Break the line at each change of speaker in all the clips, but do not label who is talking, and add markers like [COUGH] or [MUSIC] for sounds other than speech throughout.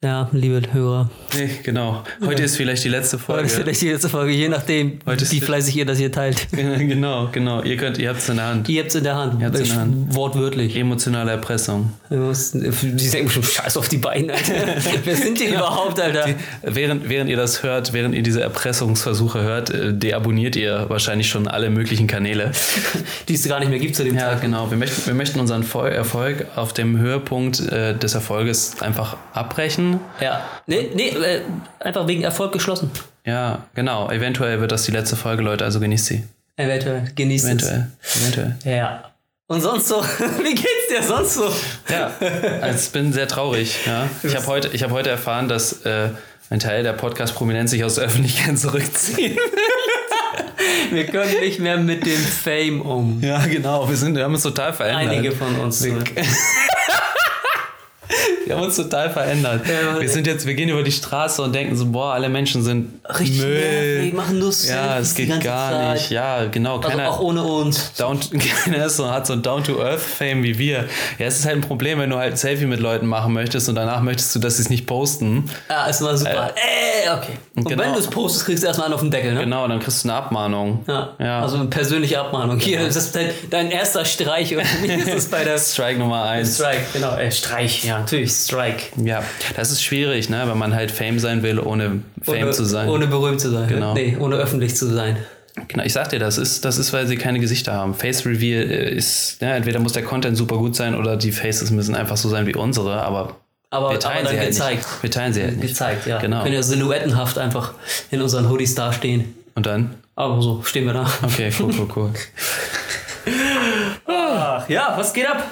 Ja, liebe Hörer.
Nee, genau. Heute ist vielleicht die letzte
Heute
Folge.
ist vielleicht die letzte Folge, je nachdem,
Heute ist
wie
die-
fleißig ihr das hier teilt.
[LAUGHS]
[LAUGHS]
genau, genau. Ihr könnt, ihr habt es in der Hand.
Ihr habt's in der Hand.
habt's in der Hand.
Wortwörtlich.
Emotionale Erpressung.
Wir mussten- Die denken schon scheiß auf die Beine, Alter. [LAUGHS] Wer sind die überhaupt, Alter?
Während, während ihr das hört, während ihr diese Erpressungsversuche hört, äh, deabonniert ihr wahrscheinlich schon alle möglichen Kanäle.
die es gar nicht mehr gibt zu dem
Ja,
Tag.
genau. Wir möchten, wir möchten unseren Voll Erfolg auf dem Höhepunkt äh, des Erfolges einfach abbrechen.
Ja. Nee, nee, äh, einfach wegen Erfolg geschlossen.
Ja, genau. Eventuell wird das die letzte Folge, Leute, also genießt sie.
Eventuell. Genießt
Eventuell. Eventuell.
es. Ja. Und sonst so? [LAUGHS] wie geht's dir sonst so?
Ja, [LAUGHS] also ich bin sehr traurig. Ja. Ich habe heute, ich hab heute erfahren, dass äh, ein Teil der Podcast-Prominenz sich aus der Öffentlichkeit [LAUGHS] zurückzieht.
Wir können nicht mehr mit dem Fame um.
Ja, genau. Wir, sind, wir haben uns total verändert.
Einige von uns. Ne?
[LAUGHS] Wir haben uns total verändert.
Ja,
wir sind jetzt, wir gehen über die Straße und denken so, boah, alle Menschen sind
Richtig nervig,
Müll.
machen nur
Ja,
Selfies
es
die
geht
ganze
gar
Zeit.
nicht. Ja, genau.
Also
Keiner,
auch ohne uns.
down, [LAUGHS] keiner ist so, hat so ein Down-to-Earth-Fame wie wir. Ja, es ist halt ein Problem, wenn du halt ein Selfie mit Leuten machen möchtest und danach möchtest du, dass sie es nicht posten.
Ja, ist mal Ah, super. Äh, okay. Und
genau.
wenn du es postest, kriegst du erstmal einen auf den Deckel, ne?
Genau, dann kriegst du eine Abmahnung.
Ja.
ja. Genau.
Also eine persönliche Abmahnung. Hier, das ist dein, dein erster Streich. Und wie ist es bei der
[LAUGHS] Strike Nummer eins.
Strike? Genau, äh, Streich, ja, natürlich, Strike.
Ja, das ist schwierig, ne? wenn man halt Fame sein will, ohne Fame
ohne,
zu sein.
Ohne berühmt zu sein.
Genau.
Nee, ohne öffentlich zu sein.
Genau, ich sag dir, das ist, das ist, weil sie keine Gesichter haben. Face Reveal äh, ist, ja, entweder muss der Content super gut sein oder die Faces müssen einfach so sein wie unsere, aber
Aber,
wir
aber
teilen
dann
sie halt
gezeigt.
nicht. Wir teilen sie halt nicht.
Gezeigt, ja.
Genau.
Können ja silhouettenhaft einfach in unseren Hoodies dastehen.
Und dann?
Aber so stehen wir da.
Okay, cool, cool,
[LAUGHS]
cool.
Ach ja, was geht ab?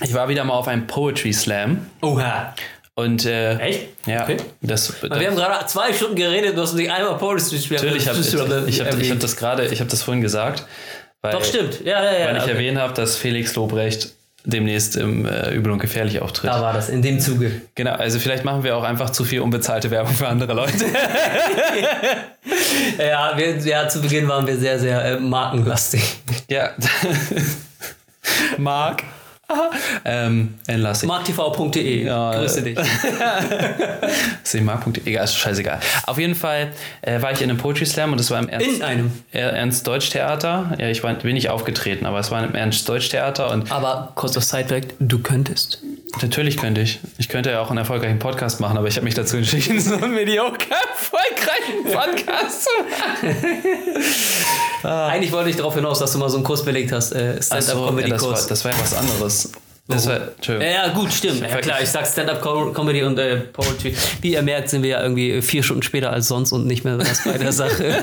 Ich war wieder mal auf einem Poetry Slam
Oha.
und äh,
Echt?
ja,
Okay.
das, das
Wir haben gerade zwei Stunden geredet, du hast nicht einmal Poetry Slam.
natürlich habe ich, ich, hab, ich hab das gerade, ich habe das vorhin gesagt, weil,
Doch, stimmt. Ja, ja, ja.
weil ich
okay.
erwähnt habe, dass Felix Lobrecht demnächst im äh, Übel und Gefährlich auftritt.
Da Ah, war das, in dem Zuge.
Genau, also vielleicht machen wir auch einfach zu viel unbezahlte Werbung für andere
[LAUGHS]
Leute.
Äh, Ja, wir, ja, zu Beginn waren wir sehr, sehr äh, markenlastig. [LAUGHS]
Ja. Marc. [LAUGHS] ähm, entlasse ich.
marktv.de,
Ja,
grüße dich.
Ist den Marc.de. Egal, ist scheißegal. Auf jeden Fall äh, war ich in einem Poetry Slam und es war im Ernst,
In einem.
Er- Ernst-Deutsch-Theater. Ja, ich war, bin nicht aufgetreten, aber es war im Ernst-Deutsch-Theater und
Aber kurz auf Sidefact, du könntest.
natürlich könnte ich. Ich könnte ja auch einen erfolgreichen Podcast machen, aber ich habe mich dazu entschieden, [LAUGHS] so einen mediocre erfolgreichen Podcast zu Ah.
Eigentlich wollte ich darauf hinaus, dass du mal so einen Kurs belegt hast, äh,
machen. ja, das, war,
Stand-Up-Comedy-Kurs.
das war ja was anderes. Das war,
ja,
Entschuldigung.
ja, gut, stimmt. Ja, klar, ich sag Stand-Up-Comedy und äh, Poetry. Wie ihr merkt, sind wir ja irgendwie vier Stunden später als sonst und nicht mehr was bei der
[LAUGHS]
Sache.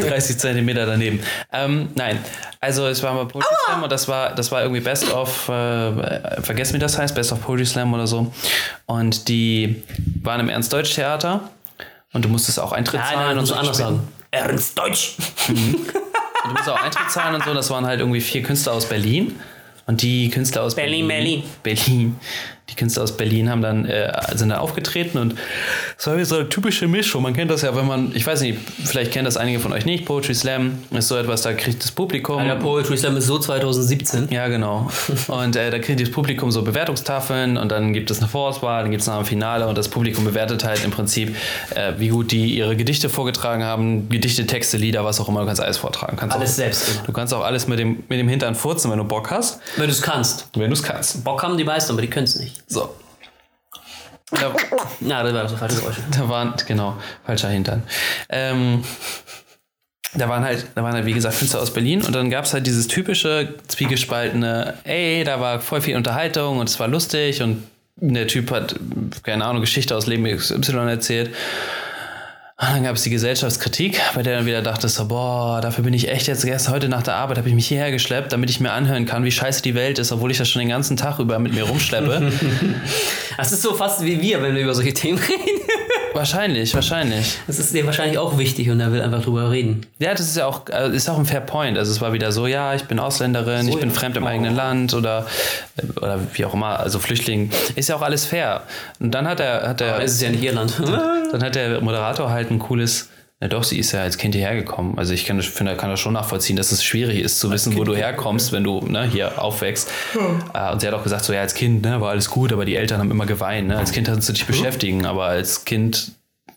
30 Zentimeter daneben. Ähm, nein, also es war mal Poetry Slam und das war, das war irgendwie Best of, äh, vergesst mir das heißt, Best of Poetry Slam oder so. Und die waren im Ernst-Deutsch-Theater und du musstest auch Eintritt
Nein,
zahlen
nein,
und
muss
so.
anders sagen. Ernst Deutsch.
Und du musst auch Eintritt zahlen und so. Das waren halt irgendwie vier Künstler aus Berlin. Und die Künstler aus
Berlin,
Berlin, Berlin. Die Künstler aus Berlin haben dann, äh, sind dann aufgetreten und es war wie so eine typische Mischung. Man kennt das ja, wenn man, ich weiß nicht, vielleicht kennen das einige von euch nicht. Poetry Slam ist so etwas, da kriegt das Publikum.
Der Poetry Slam ist so 2017.
Ja, genau. Und äh, da kriegt das Publikum so Bewertungstafeln und dann gibt es eine Vorauswahl, dann gibt es noch ein Finale und das Publikum bewertet halt im Prinzip, äh, wie gut die ihre Gedichte vorgetragen haben, Gedichte, Texte, Lieder, was auch immer, du kannst alles vortragen. Kannst
Alles
auch,
selbst immer.
Du kannst auch alles mit dem, mit dem Hintern furzen, wenn du Bock hast.
Wenn du es kannst.
Wenn du es kannst.
Bock haben die meisten, aber die können es nicht.
So. Da,
Na, das war das falsche Geräusch.
da waren, genau, falscher Hintern. Ähm, da waren halt, da waren halt, wie gesagt, Künstler aus Berlin und dann gab es halt dieses typische zwiegespaltene, ey, da war voll viel Unterhaltung und es war lustig und der Typ hat, keine Ahnung, Geschichte aus Leben XY erzählt. Und dann gab es die Gesellschaftskritik, bei der dann wieder dachte so, boah, dafür bin ich echt jetzt erst heute nach der Arbeit, habe ich mich hierher geschleppt, damit ich mir anhören kann, wie scheiße die Welt ist, obwohl ich das schon den ganzen Tag über mit mir rumschleppe.
Das ist so fast wie wir, wenn wir über solche [LAUGHS] Themen reden.
wahrscheinlich, wahrscheinlich.
Das ist dir wahrscheinlich auch wichtig und er will einfach drüber reden.
Ja, das ist ja auch, also ist auch ein fair point. Also es war wieder so, ja, ich bin Ausländerin, ich bin
ja.
fremd im
Oh.
eigenen Land oder, äh, oder wie auch immer, also Flüchtling. Ist ja auch alles fair. Und dann hat er, hat er,
Aber es ist ja nicht Irland.
dann hat der Moderator halt ein cooles Na doch, sie ist ja als Kind hierher gekommen. Also ich kann, das- finde, kann das schon nachvollziehen, dass es schwierig ist zu wissen, wo du herkommst, wenn du ne, hier aufwächst. Äh, Und sie hat auch gesagt, so ja, als Kind ne, war alles gut, aber die Eltern haben immer geweint. Ne? Als Kind kannst du dich beschäftigen, aber als Kind,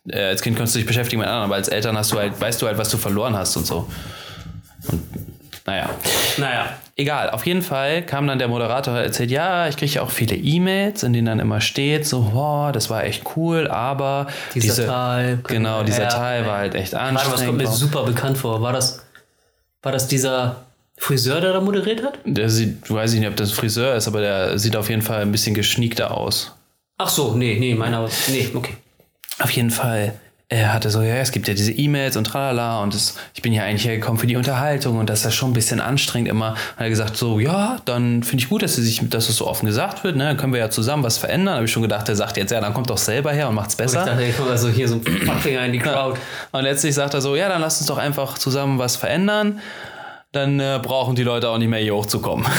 äh, als Kind kannst du dich beschäftigen mit anderen, aber als Eltern hast du halt, weißt du halt, was du verloren hast und so. Und naja.
[LAUGHS] Naja,
Egal, auf jeden Fall kam dann der Moderator und erzählt, ja, ich kriege auch viele E-Mails, in denen dann immer steht, so, boah, das war echt cool, aber
Dieser Teil.
genau, dieser
Ja.
Teil war halt echt
Warte, was kommt
anstrengend.
mir super bekannt vor? War das, war das dieser Friseur, der da moderiert hat?
der sieht, weiß ich nicht, ob das ein Friseur ist, aber der sieht auf jeden Fall ein bisschen geschniegter aus.
Ach so, nee, nee, meiner. Nee, okay.
Auf jeden Fall. Er hatte so, ja, es gibt ja diese E-Mails und tralala und es, ich bin ja eigentlich hergekommen für die Unterhaltung und das ist ja schon ein bisschen anstrengend immer. Hat er gesagt, so, ja, dann finde ich gut, dass, sie sich, dass das so offen gesagt wird, ne? Dann können wir ja zusammen was verändern. Habe ich schon gedacht, der sagt jetzt, ja, dann kommt doch selber her und macht's
Ich
besser.
dachte, ich komme also hier so ein Fuckfinger in die Crowd.
Und letztlich sagt er so, ja, dann lasst uns doch einfach zusammen was verändern. Dann äh, brauchen die Leute auch nicht mehr hier hochzukommen. [LAUGHS]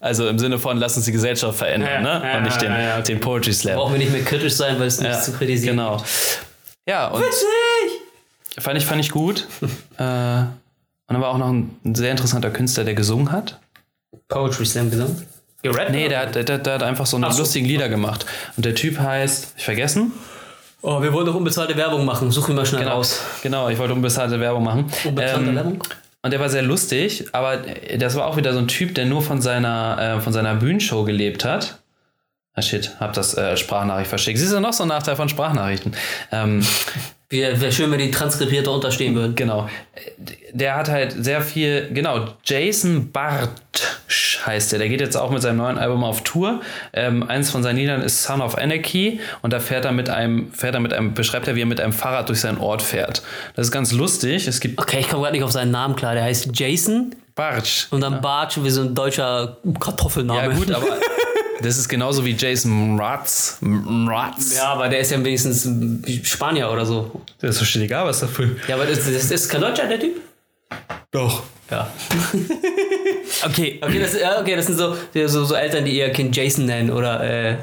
Also im Sinne von, lass uns die Gesellschaft verändern,
Ja,
ne?
ja,
und nicht den,
ja, ja, okay.
den Poetry Slam.
Brauchen wir nicht mehr kritisch sein, weil es nichts
Ja,
zu kritisieren
Genau. Ja, und fand ich, fand ich gut.
[LAUGHS]
äh, und dann war auch noch ein, ein sehr interessanter Künstler, der gesungen hat.
gibt. Poetry Slam gesungen? Gerappt?
Nee, der, hat- der, der, der hat einfach so eine
so.
lustigen Lieder gemacht. Und der Typ heißt, ich vergessen.
Oh, wir wollen doch unbezahlte Werbung machen. Such ihn mal schnell raus.
Genau, ich wollte unbezahlte Werbung machen.
Unbezahlte
Ähm,
Werbung?
Und der war sehr lustig, aber das war auch wieder so ein Typ, der nur von seiner, äh, von seiner Bühnenshow gelebt hat. Ah shit, hab das äh, Sprachnachricht verschickt. Siehst du noch so ein Nachteil von Sprachnachrichten? Ähm,
Wäre wär schön, wenn die transkribiert darunter stehen würden.
Genau. Der hat halt sehr viel, genau, Jason Bartsch heißt der. Der geht jetzt auch mit seinem neuen Album auf Tour. Ähm, eins von seinen Liedern ist Son of Anarchy und da fährt er mit einem, fährt er mit einem, beschreibt er, wie er mit einem Fahrrad durch seinen Ort fährt. Das ist ganz lustig. Es gibt
Okay, ich komme gerade nicht auf seinen Namen klar. Der heißt Jason
Bartsch.
und dann Bart, wie so ein deutscher Kartoffelname.
Ja,
[LAUGHS]
gut, aber das ist genauso wie Jason Mraz. Mraz.
Ja, aber der ist ja wenigstens Spanier oder so.
Das ist so egal, was dafür.
Ja, aber das, das ist kein Deutscher, der Typ?
Doch.
Ja. okay, okay das, ja, okay, das sind so, so, so Eltern, die ihr Kind Jason nennen oder. Äh,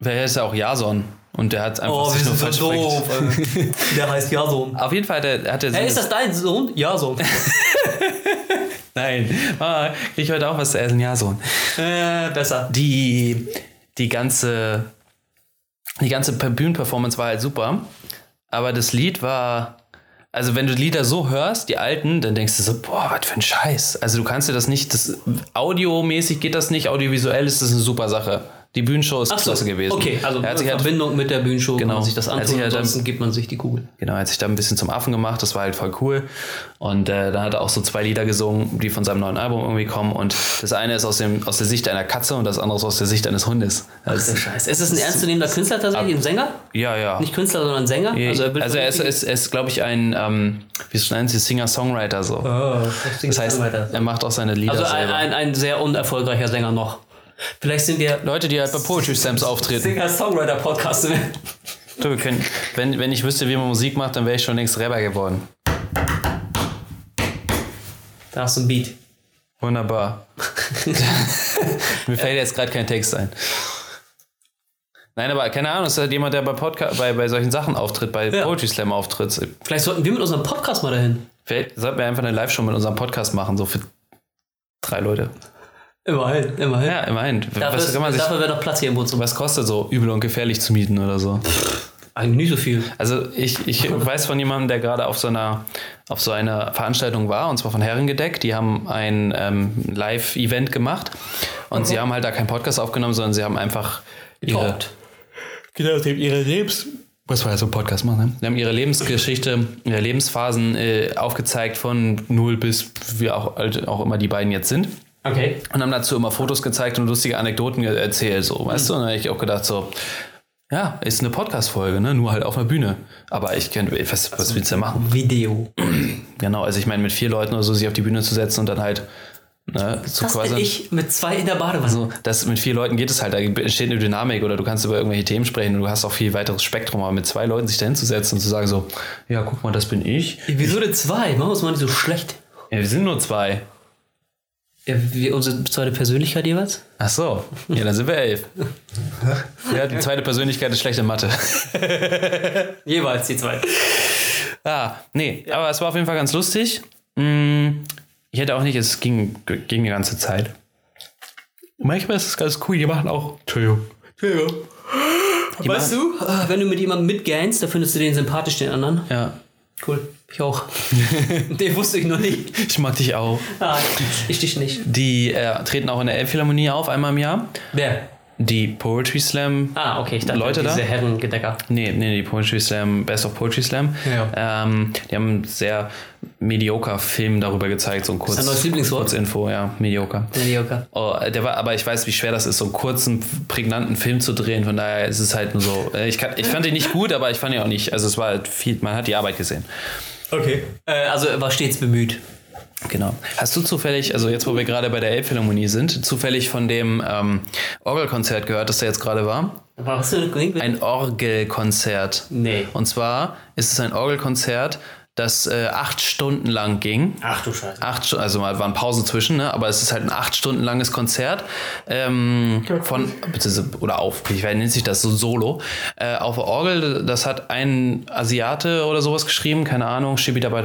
Wer ist ja auch Jason und der hat
Oh,
einfach sich nur versprochen.
äh, [LAUGHS] der heißt Jason.
Auf jeden Fall hat er, hat
Hey,
er seine-
Äh, ist das dein Sohn? Jason.
Nein, ah, krieg ich heute auch was zu essen, ja, Sohn.
[LAUGHS] äh, besser.
Die, die ganze, die ganze Per- Bühnenperformance war halt super, aber das Lied war, also wenn du Lieder so hörst, die alten, dann denkst du so, boah, was für ein Scheiß. Also du kannst dir das nicht, das audiomäßig geht das nicht, audiovisuell ist das eine super Sache. Die Bühnenshow ist
Achso,
klasse gewesen.
Okay, also
er hat sich
in
halt
Verbindung mit der Bühnenshow
Genau.
kann man sich das
Er hat
antun,
sich halt
ansonsten gibt man sich die Kugel.
Genau, er hat sich da ein bisschen zum Affen gemacht, das war halt voll cool. Und äh, dann hat er auch so zwei Lieder gesungen, die von seinem neuen Album irgendwie kommen. Und das eine ist aus, dem, aus der Sicht einer Katze und das andere ist aus der Sicht eines Hundes.
Das
Also,
ist Scheiße. Ist es ein ernstzunehmender Künstler tatsächlich, ein Sänger?
ja, ja.
Nicht Künstler, sondern Sänger?
also er,
will-
ist, ist, ist glaube ich, ein, ähm, wie es nennt sich, Singer-Songwriter so.
Oh,
das heißt, er macht auch seine Lieder
Also ein,
selber.
ein, ein sehr unerfolgreicher Sänger noch. Vielleicht sind wir
Leute, die halt bei Poetry Slams auftreten.
Singer-Songwriter-Podcast.
Du, wir können, wenn, wenn ich wüsste, wie man Musik macht, dann wäre ich schon längst Rapper geworden.
Da hast du ein [LAUGHS] Beat.
Wunderbar. Mir fällt jetzt gerade kein Text ein. Nein, aber keine Ahnung, ist halt jemand, der bei, Podca bei, bei solchen Sachen auftritt, bei
Ja.
Poetry Slam auftritt.
Vielleicht sollten wir mit unserem Podcast mal dahin.
Vielleicht sollten wir einfach eine Live-Show mit unserem Podcast machen, so für drei Leute.
Immerhin, immerhin.
Ja, immerhin.
Dafür,
was,
ist-
kann man sich,
dafür wäre noch Platz hier im Wohnzimmer.
was kostet so übel und gefährlich zu mieten oder so?
Eigentlich nicht so viel.
Also
[LAUGHS]
ich, ich weiß von jemandem, der gerade auf so einer auf so einer Veranstaltung war, und zwar von Herrengedeck. Die haben ein ähm, Live-Event gemacht und sie haben halt da keinen Podcast aufgenommen, sondern sie haben einfach ihre,
Mhm. Getalkt.
genau, sie haben ihre Lebens was war ja so ein Podcast machen, ne? Sie haben ihre Lebensgeschichte, ihre Lebensphasen äh, aufgezeigt von null bis wie auch, alt auch immer die beiden jetzt sind.
Okay.
Und haben dazu immer Fotos gezeigt und lustige Anekdoten ge- erzählt, so, weißt du? Und dann habe ich auch gedacht, so, ja, ist eine Podcast-Folge, ne? Nur halt auf einer Bühne. Aber ich kann, was, was willst du denn machen?
Video.
Genau, also ich meine, mit vier Leuten oder so sich auf die Bühne zu setzen und dann halt, ne, so
Das bin
quasi.
ich mit zwei in der Badewanne.
So, das, mit vier Leuten geht es halt, da entsteht eine Dynamik oder du kannst über irgendwelche Themen sprechen und du hast auch viel weiteres Spektrum, aber mit zwei Leuten sich da hinzusetzen und zu sagen, so, ja, guck mal, das bin ich.
Wieso denn zwei? Machen wir uns mal nicht so schlecht.
Ja, wir sind nur zwei.
Ja, wir, unsere zweite Persönlichkeit jeweils?
Ach so, ja, dann sind wir elf. Ja, die zweite Persönlichkeit ist schlechte Mathe.
Jeweils die zweite.
Ja, Ah, nee, aber es war auf jeden Fall ganz lustig. Mm, Ich hätte auch nicht, es ging, ging die ganze Zeit. Manchmal ist es ganz cool, die machen auch. Entschuldigung. Entschuldigung.
Weißt du, äh, wenn du mit jemandem mitgangst, da findest du den sympathisch, den anderen.
Ja,
Cool, ich [LAUGHS] auch. den wusste ich noch nicht.
ich mag dich auch.
Ah, ich dich nicht.
Die äh, treten auch in der Elbphilharmonie auf, einmal im Jahr.
Wer?
Die Poetry Slam
Ah, okay, ich dachte,
Leute da?
diese Herrengedecker.
Nee, nee, die Poetry Slam, Best of Poetry Slam.
Ja.
Ähm, die haben einen sehr medioker Film darüber gezeigt, so ein kurz,
dein neues Lieblingswort?
Kurzinfo, ja, medioker.
Mediocre.
Oh, der war, aber ich weiß, wie schwer das ist, so einen kurzen, prägnanten Film zu drehen. Von daher ist es halt nur so. äh, Ich, kann, ich fand ihn nicht gut, aber ich fand ihn auch nicht. Also es war halt viel, man hat die Arbeit gesehen.
Okay. Äh, also er war stets bemüht.
Genau. Hast du zufällig, also jetzt wo wir gerade bei der Elbphilharmonie sind, zufällig von dem ähm, Orgelkonzert gehört, das da jetzt gerade war?
Warst du ein
ein Orgelkonzert.
Nee.
Und zwar ist es ein Orgelkonzert, das äh, acht Stunden lang ging.
Ach du Scheiße.
Acht Stunden, also mal waren Pausen zwischen, ne? aber es ist halt ein acht Stunden langes Konzert ähm, von, beziehungsweise- oder auf, ich weiß, nennt sich das so Solo, äh, auf der Orgel, das hat ein Asiate oder sowas geschrieben, keine Ahnung, Schibidabai,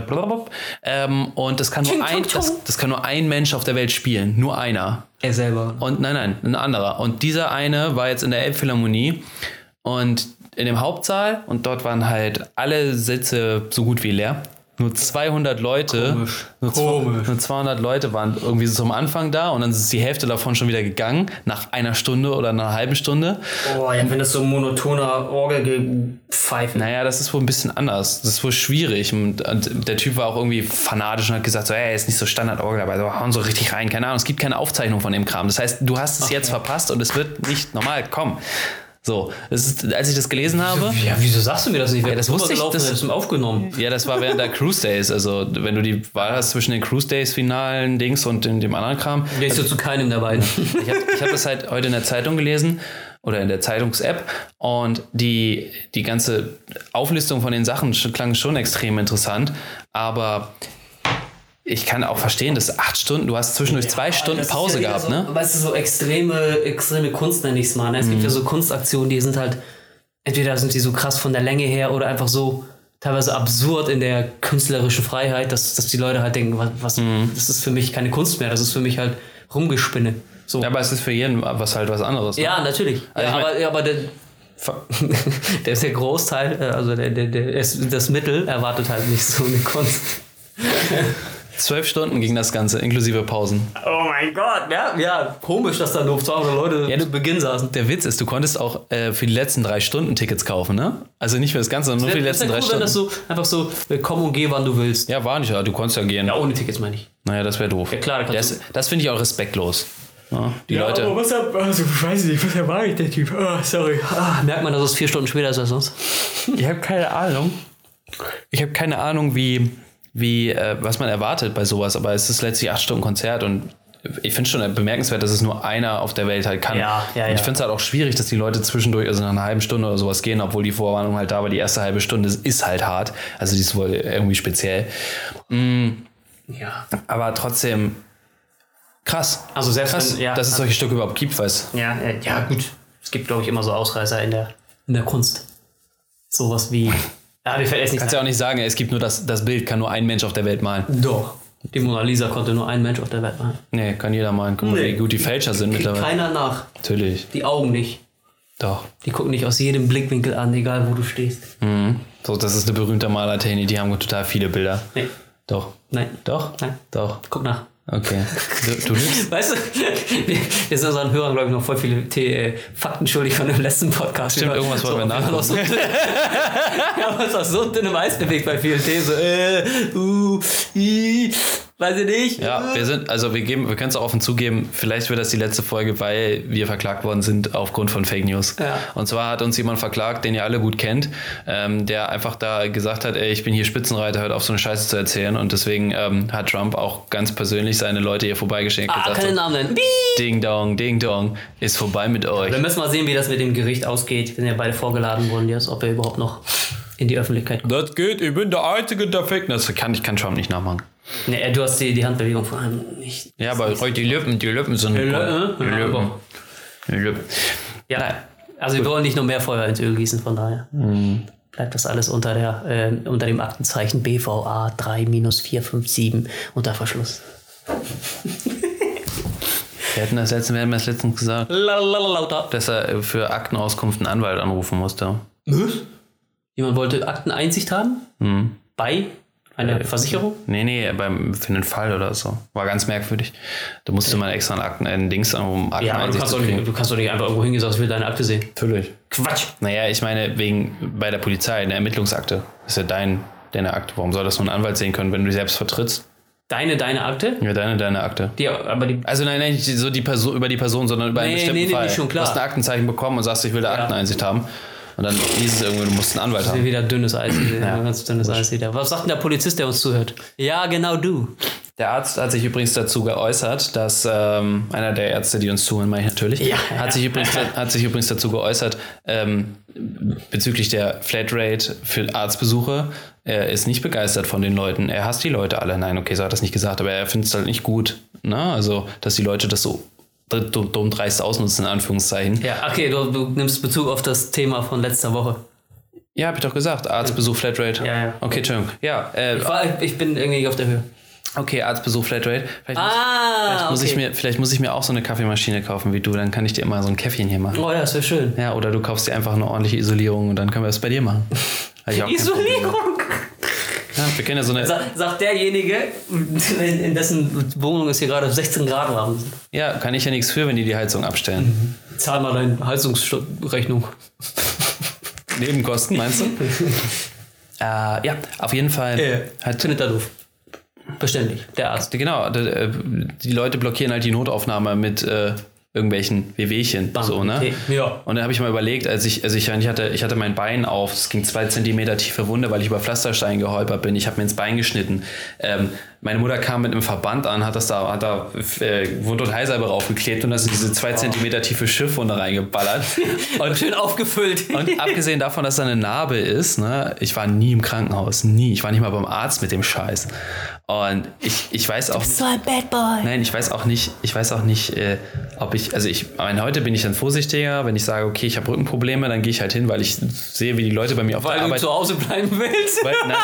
ähm, und das kann, nur
Ching,
ein,
chong, chong.
das, das kann nur ein Mensch auf der Welt spielen, nur einer.
Er selber.
Und nein, nein, ein anderer. Und dieser eine war jetzt in der Elbphilharmonie und in dem Hauptsaal und dort waren halt alle Sitze so gut wie leer. Nur 200 Leute.
Komisch.
Nur, zw-
Komisch.
nur 200 Leute waren irgendwie so zum Anfang da und dann ist die Hälfte davon schon wieder gegangen, nach einer Stunde oder einer halben Stunde.
Oh, ja, wenn das so ein monotoner Orgelgepfeife.
Naja, das ist wohl ein bisschen anders. Das ist wohl schwierig. Und, und der Typ war auch irgendwie fanatisch und hat gesagt, so, ey, ist nicht so Standardorgel, aber so, hauen so richtig rein. Keine Ahnung, es gibt keine Aufzeichnung von dem Kram. Das heißt, du hast es jetzt verpasst und es wird nicht normal kommen. So, das ist, als ich das gelesen habe,
Ja, wieso sagst du mir das nicht? Ja,
das wusste ich, das-
Das ist ihm aufgenommen.
ja, das war während der Cruise Days. Also, wenn du die Wahl hast zwischen den Cruise Days finalen Dings und dem, dem anderen Kram,
Gehst du zu keinem der beiden? [LAUGHS]
Ich habe ich hab das halt heute in der Zeitung gelesen oder in der Zeitungs-App und die, die ganze Auflistung von den Sachen sch- klang schon extrem interessant, aber ich kann auch verstehen, dass acht Stunden, du hast zwischendurch zwei Stunden
Das ist
Pause
ja wieder
gehabt,
so,
ne?
Weißt du, so extreme, extreme Kunst nenne ich es mal. Ne? Es gibt
Mhm.
ja so Kunstaktionen, die sind halt, entweder sind die so krass von der Länge her oder einfach so teilweise absurd in der künstlerischen Freiheit, dass, dass die Leute halt denken, was, was
Mhm.
das ist für mich keine Kunst mehr, das ist für mich halt Rumgespinne. So.
Ja,
Ja,
aber es ist für jeden was halt was anderes. Ne?
natürlich.
ich
ja,
mein-
aber, ja, aber der, [LAUGHS] der ist der Großteil, äh, also der, der, der ist das Mittel erwartet halt nicht so eine Kunst.
[LAUGHS] Zwölf Stunden ging das Ganze, inklusive Pausen.
Oh mein Gott, ja, ja, komisch, dass da nur 200 Leute ja, zu Beginn saßen.
Der Witz ist, du konntest auch äh, für die letzten drei Stunden Tickets kaufen, ne? Also nicht für das Ganze, sondern nur für die letzten
wär
drei
cool,
Stunden.
halt Wenn das so, einfach so, äh, komm und geh, wann du willst.
ja, war nicht, ja, du konntest ja gehen.
ohne Tickets meine ich.
Naja, das wäre doof. Ja,
klar, da kannst
das das finde ich auch respektlos. Ja, die Leute.
Ähm.
Aber was er, also, ich weiß nicht, was er mag, ich, der Typ. Ah, sorry.
Ah, merkt man, dass es vier Stunden später ist als sonst?
Ich habe keine Ahnung. Ich habe keine Ahnung, wie, wie äh, was man erwartet bei sowas, aber es ist letztlich acht Stunden Konzert und ich finde schon bemerkenswert, dass es nur einer auf der Welt halt kann.
Ja, ja,
und ich
ja.
finde es halt auch schwierig, dass die Leute zwischendurch, also nach einer halben Stunde oder sowas gehen, obwohl die Vorwarnung halt da war, die erste halbe Stunde ist halt hart. Also die ist wohl irgendwie speziell.
Ja.
Aber trotzdem krass.
Also selbst
Krass,
wenn, ja,
dass es solche Stücke überhaupt gibt, weiß.
ja, äh, ja, gut. Es gibt, glaube ich, immer so Ausreißer in der, in der Kunst. Sowas [LAUGHS] wie. Ja, mir fällt jetzt nichts
Kannst ja auch nicht sagen, es gibt nur das, das Bild, kann nur ein Mensch auf der Welt malen.
ein. Doch. Die Mona Lisa konnte nur ein Mensch auf der Welt malen.
Nee, kann jeder malen. Guck mal,
Nee.
wie gut die Fälscher sind mittlerweile.
Keiner nach.
Natürlich.
Die Augen nicht.
Doch.
Die gucken dich aus jedem Blickwinkel an, egal wo du stehst.
So, das ist eine berühmte Malertechnik, die haben total viele Bilder.
Nee.
Doch.
Nein.
Doch?
Nein.
Doch.
Guck nach.
Okay. Du, du lügst.
Weißt du, wir, wir sind unseren Hörern, glaube ich, noch voll viele T äh, Fakten schuldig von dem letzten Podcast.
Stimmt,
Über-
irgendwas wollten wir
waren auch so dünn- [LAUGHS] Wir haben uns auch so dünn im Eis bewegt bei vielen Themen. So, äh, uh, i, weiß ich nicht.
Ja, wir sind, also wir geben, wir können es auch offen zugeben, vielleicht wird das die letzte Folge, weil wir verklagt worden sind aufgrund von Fake News.
Ja.
Und zwar hat uns jemand verklagt, den ihr alle gut kennt, ähm, der einfach da gesagt hat, ey, ich bin hier Spitzenreiter, hört auf so eine Scheiße zu erzählen. Und deswegen ähm, hat Trump auch ganz persönlich seine Leute hier vorbeigeschickt und
ah,
gesagt,
keine
so,
Namen nennen. Piep.
Ding Dong, Ding Dong, ist vorbei mit euch.
Wir müssen mal sehen, wie das mit dem Gericht ausgeht. Wir sind ja beide vorgeladen worden jetzt, ob wir überhaupt noch in die Öffentlichkeit kommen.
Das geht, ich bin der Einzige, der Fake Das kann ich kann Trump nicht nachmachen.
Nee, äh, du hast die, die Handbewegung vor allem nicht.
Ja, aber oh, die Lippen, die Lippen sind. Die
Lö-
Die
äh? Ja,
Lippen.
aber-
Die Lippen.
Ja, also wir wollen nicht noch mehr Feuer ins Öl gießen, von daher. bleibt das alles unter, der, äh, unter dem Aktenzeichen BVA 3-457 unter Verschluss.
Wir hätten das letztens, wir hätten das letztens gesagt,
Lauter.
dass er äh, für Aktenauskunft einen Anwalt anrufen musste.
Jemand wollte Akteneinsicht haben? Bei einer Versicherung?
Nee, nee, beim, für einen Fall oder so. War ganz merkwürdig. Da musste man extra einen Akten, einen Dings, um Akten
Ja, aber du kannst, doch nicht, du kannst doch nicht einfach irgendwo hingehen und sagen, ich will deine Akte sehen.
Natürlich.
Quatsch!
Naja, ich meine, wegen bei der Polizei, eine Ermittlungsakte. Ist ja dein, deine Akte. Warum soll das nur ein Anwalt sehen können, wenn du dich selbst vertrittst?
Deine, deine Akte?
Ja, deine, deine Akte.
Die, aber die.
Also nein, nein, nicht so die Person, über die Person, sondern über einen
Nee,
bestimmten
nee, nee,
Fall.
nee, schon klar.
Du hast ein Aktenzeichen bekommen und sagst, ich will da Akteneinsicht haben. Und dann hieß es irgendwie, du musst einen Anwalt haben.
Wieder dünnes Eis, wieder ganz dünnes Eis wieder. Was sagt denn der Polizist, der uns zuhört? Ja, genau du.
Der Arzt hat sich übrigens dazu geäußert, dass ähm, einer der Ärzte, die uns zuhören, meine ich natürlich,
Ja.
hat, sich übrigens, hat sich übrigens dazu geäußert, ähm, bezüglich der Flatrate für Arztbesuche. Er ist nicht begeistert von den Leuten. Er hasst die Leute alle. Nein, okay, so hat er es nicht gesagt, aber er findet es halt nicht gut. Ne? Also, dass die Leute das so dr- dumm, dumm dreist ausnutzen, in Anführungszeichen.
Ja, okay, du, du nimmst Bezug auf das Thema von letzter Woche.
Ja, hab ich doch gesagt. Arztbesuch, Flatrate.
Ja, ja.
Okay, Entschuldigung. Ja, äh,
Ich, war, ich bin irgendwie nicht auf der Höhe.
okay, Arztbesuch, Flatrate. Vielleicht muss-
Ah,
Muss
okay.
ich mir, vielleicht muss ich mir auch so eine Kaffeemaschine kaufen wie du, dann kann ich dir immer so ein Käffchen hier machen.
Oh ja, ist ja schön.
Ja, oder du kaufst dir einfach eine ordentliche Isolierung und dann können wir das bei
[LAUGHS]
dir machen. Hab ich auch kein Problem.
Isolierung!
Ja, wir kennen ja so eine.
Sa sagt derjenige, in in dessen Wohnung es hier gerade 16 Grad warm sind.
Ja, kann ich ja nichts für, wenn die die Heizung abstellen.
Zahl mal deine Heizungsrechnung. [LAUGHS] Mhm.
Nebenkosten, meinst du? äh, ja, auf jeden Fall. Hat,
Äh, halt, Findet er doof. Verständlich, der Arzt.
genau, d- äh, die Leute blockieren halt die Notaufnahme mit äh, irgendwelchen Wehwehchen. So, ne?
Okay. Ja.
Und dann habe ich mal überlegt, als ich, also ich, ich, hatte, ich hatte mein Bein auf, es ging zwei Zentimeter tiefe Wunde, weil ich über Pflasterstein geholpert bin. Ich habe mir ins Bein geschnitten. Ähm, meine Mutter kam mit einem Verband an, hat das da, hat da äh, Wund- und Heilsalbe raufgeklebt und das in diese
Ah.
zwei Zentimeter tiefe
[LAUGHS]
Schiffwunde reingeballert.
Und schön aufgefüllt.
Und abgesehen davon, dass da eine Narbe ist, ne, ich war nie im Krankenhaus, nie. Ich war nicht mal beim Arzt mit dem Scheiß. Und ich, ich weiß auch.
so ein Bad Boy.
Nein, ich weiß auch nicht, ich weiß auch nicht, äh, ob ich, also ich, ich meine, heute bin ich dann vorsichtiger, wenn ich sage, okay, ich habe Rückenprobleme, dann gehe ich halt hin, weil ich sehe, wie die Leute bei mir auf
Weil
der
du
Arbeit,
zu Hause bleiben willst.
[LAUGHS] weil, nein,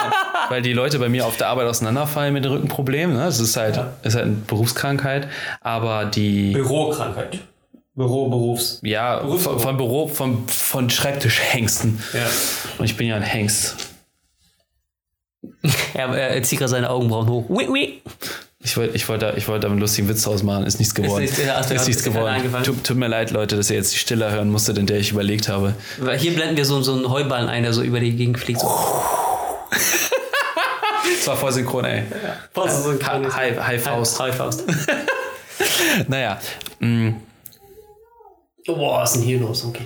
weil die Leute bei mir auf der Arbeit auseinanderfallen mit den Rückenproblemen, ne? Das ist halt, ist halt eine Berufskrankheit, aber die,
Bürokrankheit. Büro, Berufs.
ja, von, von Büro, von, von Schreibtischhengsten.
Ja.
Und ich bin ja ein Hengst.
Er, er, er zieht gerade seine Augenbrauen hoch. Ui, ui.
Ich wollte ich wollt da, ich wollt da einen lustigen Witz draus machen, ist nichts geworden.
nichts- ja, hast du-
ist nichts
ist dir keiner
geworden.
eingefallen?
Tut, tut mir leid, Leute, dass ihr jetzt die Stille hören musstet, in der ich überlegt habe.
Weil Hier blenden wir so, so einen Heuballen ein, der so über die Gegend fliegt. So.
Das war voll synchron, ey. Ha- High, high Faust.
High Faust.
Naja, mh,
Boah, was ist denn hier los? Okay.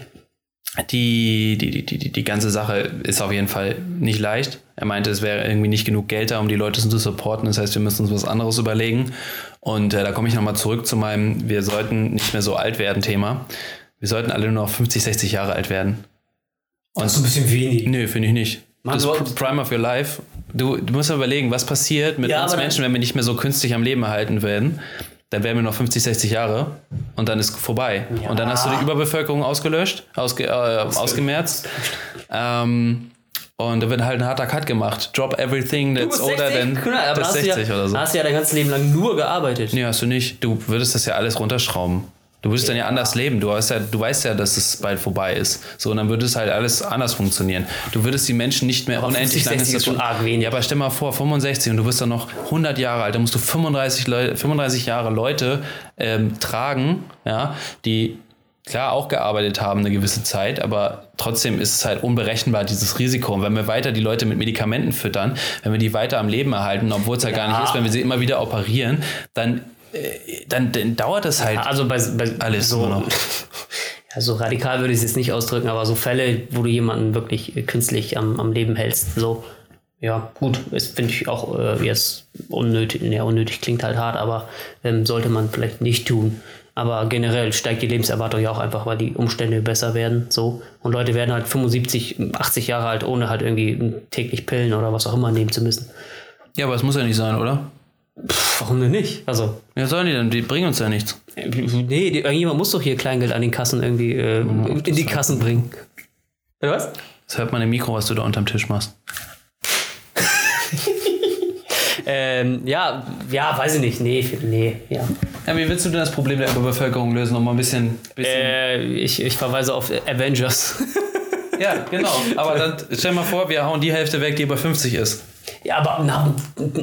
die, die, die, die, die- die ganze Sache ist auf jeden Fall nicht leicht. Er meinte, es wäre irgendwie nicht genug Geld da, um die Leute zu supporten. Das heißt, wir müssen uns was anderes überlegen. Und äh, da komme ich nochmal zurück zu meinem Wir sollten nicht mehr so alt werden Thema. Wir sollten alle nur noch 50, 60 Jahre alt werden.
Das ist ein bisschen wenig.
Nö, finde ich nicht.
Mann,
das
du-
ist pr- Prime of Your Life. Du, du musst dir überlegen, was passiert mit
Ja,
uns
aber dann-
Menschen, wenn wir nicht mehr so künstlich am Leben erhalten werden. Dann werden wir noch 50, 60 Jahre und dann ist vorbei. Und dann hast du die Überbevölkerung ausgelöscht, ausge, äh, ausgemerzt. Ähm, und da wird halt ein harter Cut gemacht. Drop everything that's older than
aber
that's
hast
60
ja,
oder so.
Hast ja dein ganzes Leben lang nur gearbeitet.
Nee, hast du nicht. Du würdest das ja alles runterschrauben. Du würdest dann ja anders leben. Du, hast ja, du weißt ja, dass es bald vorbei ist. So, und dann würde es halt alles anders funktionieren. Du würdest die Menschen nicht mehr unendlich
50,
lang
60 ist schon arg wenig.
Ja, aber stell mal vor, 65 und du wirst dann noch 100 Jahre alt. Dann musst du 35, Leu 35 Jahre Leute ähm, tragen, ja, die klar auch gearbeitet haben eine gewisse Zeit, aber trotzdem ist es halt unberechenbar, dieses Risiko. Und wenn wir weiter die Leute mit Medikamenten füttern, wenn wir die weiter am Leben erhalten, obwohl es ja gar nicht ist, wenn wir sie immer wieder operieren, dann, äh, dann, dann dauert das halt
Also bei, bei
alles
so,
nur noch.
Ja, so radikal würde ich es jetzt nicht ausdrücken, aber so Fälle, wo du jemanden wirklich äh, künstlich am, am Leben hältst, so. Ja, gut, das finde ich auch äh, jetzt unnötig, ja, unnötig klingt halt hart, aber ähm, sollte man vielleicht nicht tun. Aber generell steigt die Lebenserwartung ja auch einfach, weil die Umstände besser werden, so. Und Leute werden halt 75, 80 Jahre alt, ohne halt irgendwie täglich Pillen oder was auch immer nehmen zu müssen.
Ja, aber es muss ja nicht sein, oder?
Warum denn nicht? Also,
Ja, sollen die denn? Die bringen uns ja nichts.
Nee, die, irgendjemand muss doch hier Kleingeld an den Kassen irgendwie äh, in die Kassen bringen. Oder was?
Das hört man im Mikro, was du da unterm Tisch machst.
Ähm, ja, ja, weiß ich nicht. Nee, für- nee, ja.
Ja, wie willst du denn das Problem der Überbevölkerung lösen? Noch mal ein bisschen. bisschen
Äh, ich, ich verweise auf [LAUGHS] Avengers.
Ja, genau. Aber [LAUGHS] dann stell mal vor, wir hauen die Hälfte weg, die über 50 ist.
ja, aber na,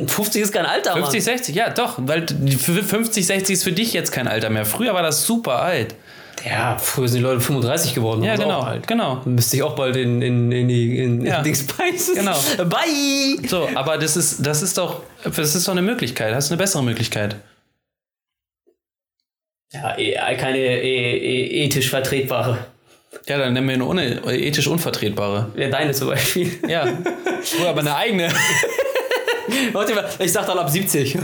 50 ist kein Alter,
50, 60, ja, doch. Weil die 50, 60 ist für dich jetzt kein Alter mehr. Früher war das super alt.
Mann. Ja, früher sind die Leute 35 geworden.
Ja,
das ist
genau.
auch alt.
Genau.
Dann müsste ich auch bald in, in, in die in,
Ja.
in Dings beißen.
Genau.
[LAUGHS] Bye!
So, aber das ist, das ist doch, das ist doch eine Möglichkeit. Hast du eine bessere Möglichkeit?
Ja, eh, keine eh, eh, ethisch vertretbare.
Ja, dann nennen wir eine une- ethisch unvertretbare.
Ja, deine zum Beispiel. [LAUGHS]
Ja. [LAUGHS] Oder aber eine eigene.
Warte mal, ich sag dann ab [LAUGHS] 70.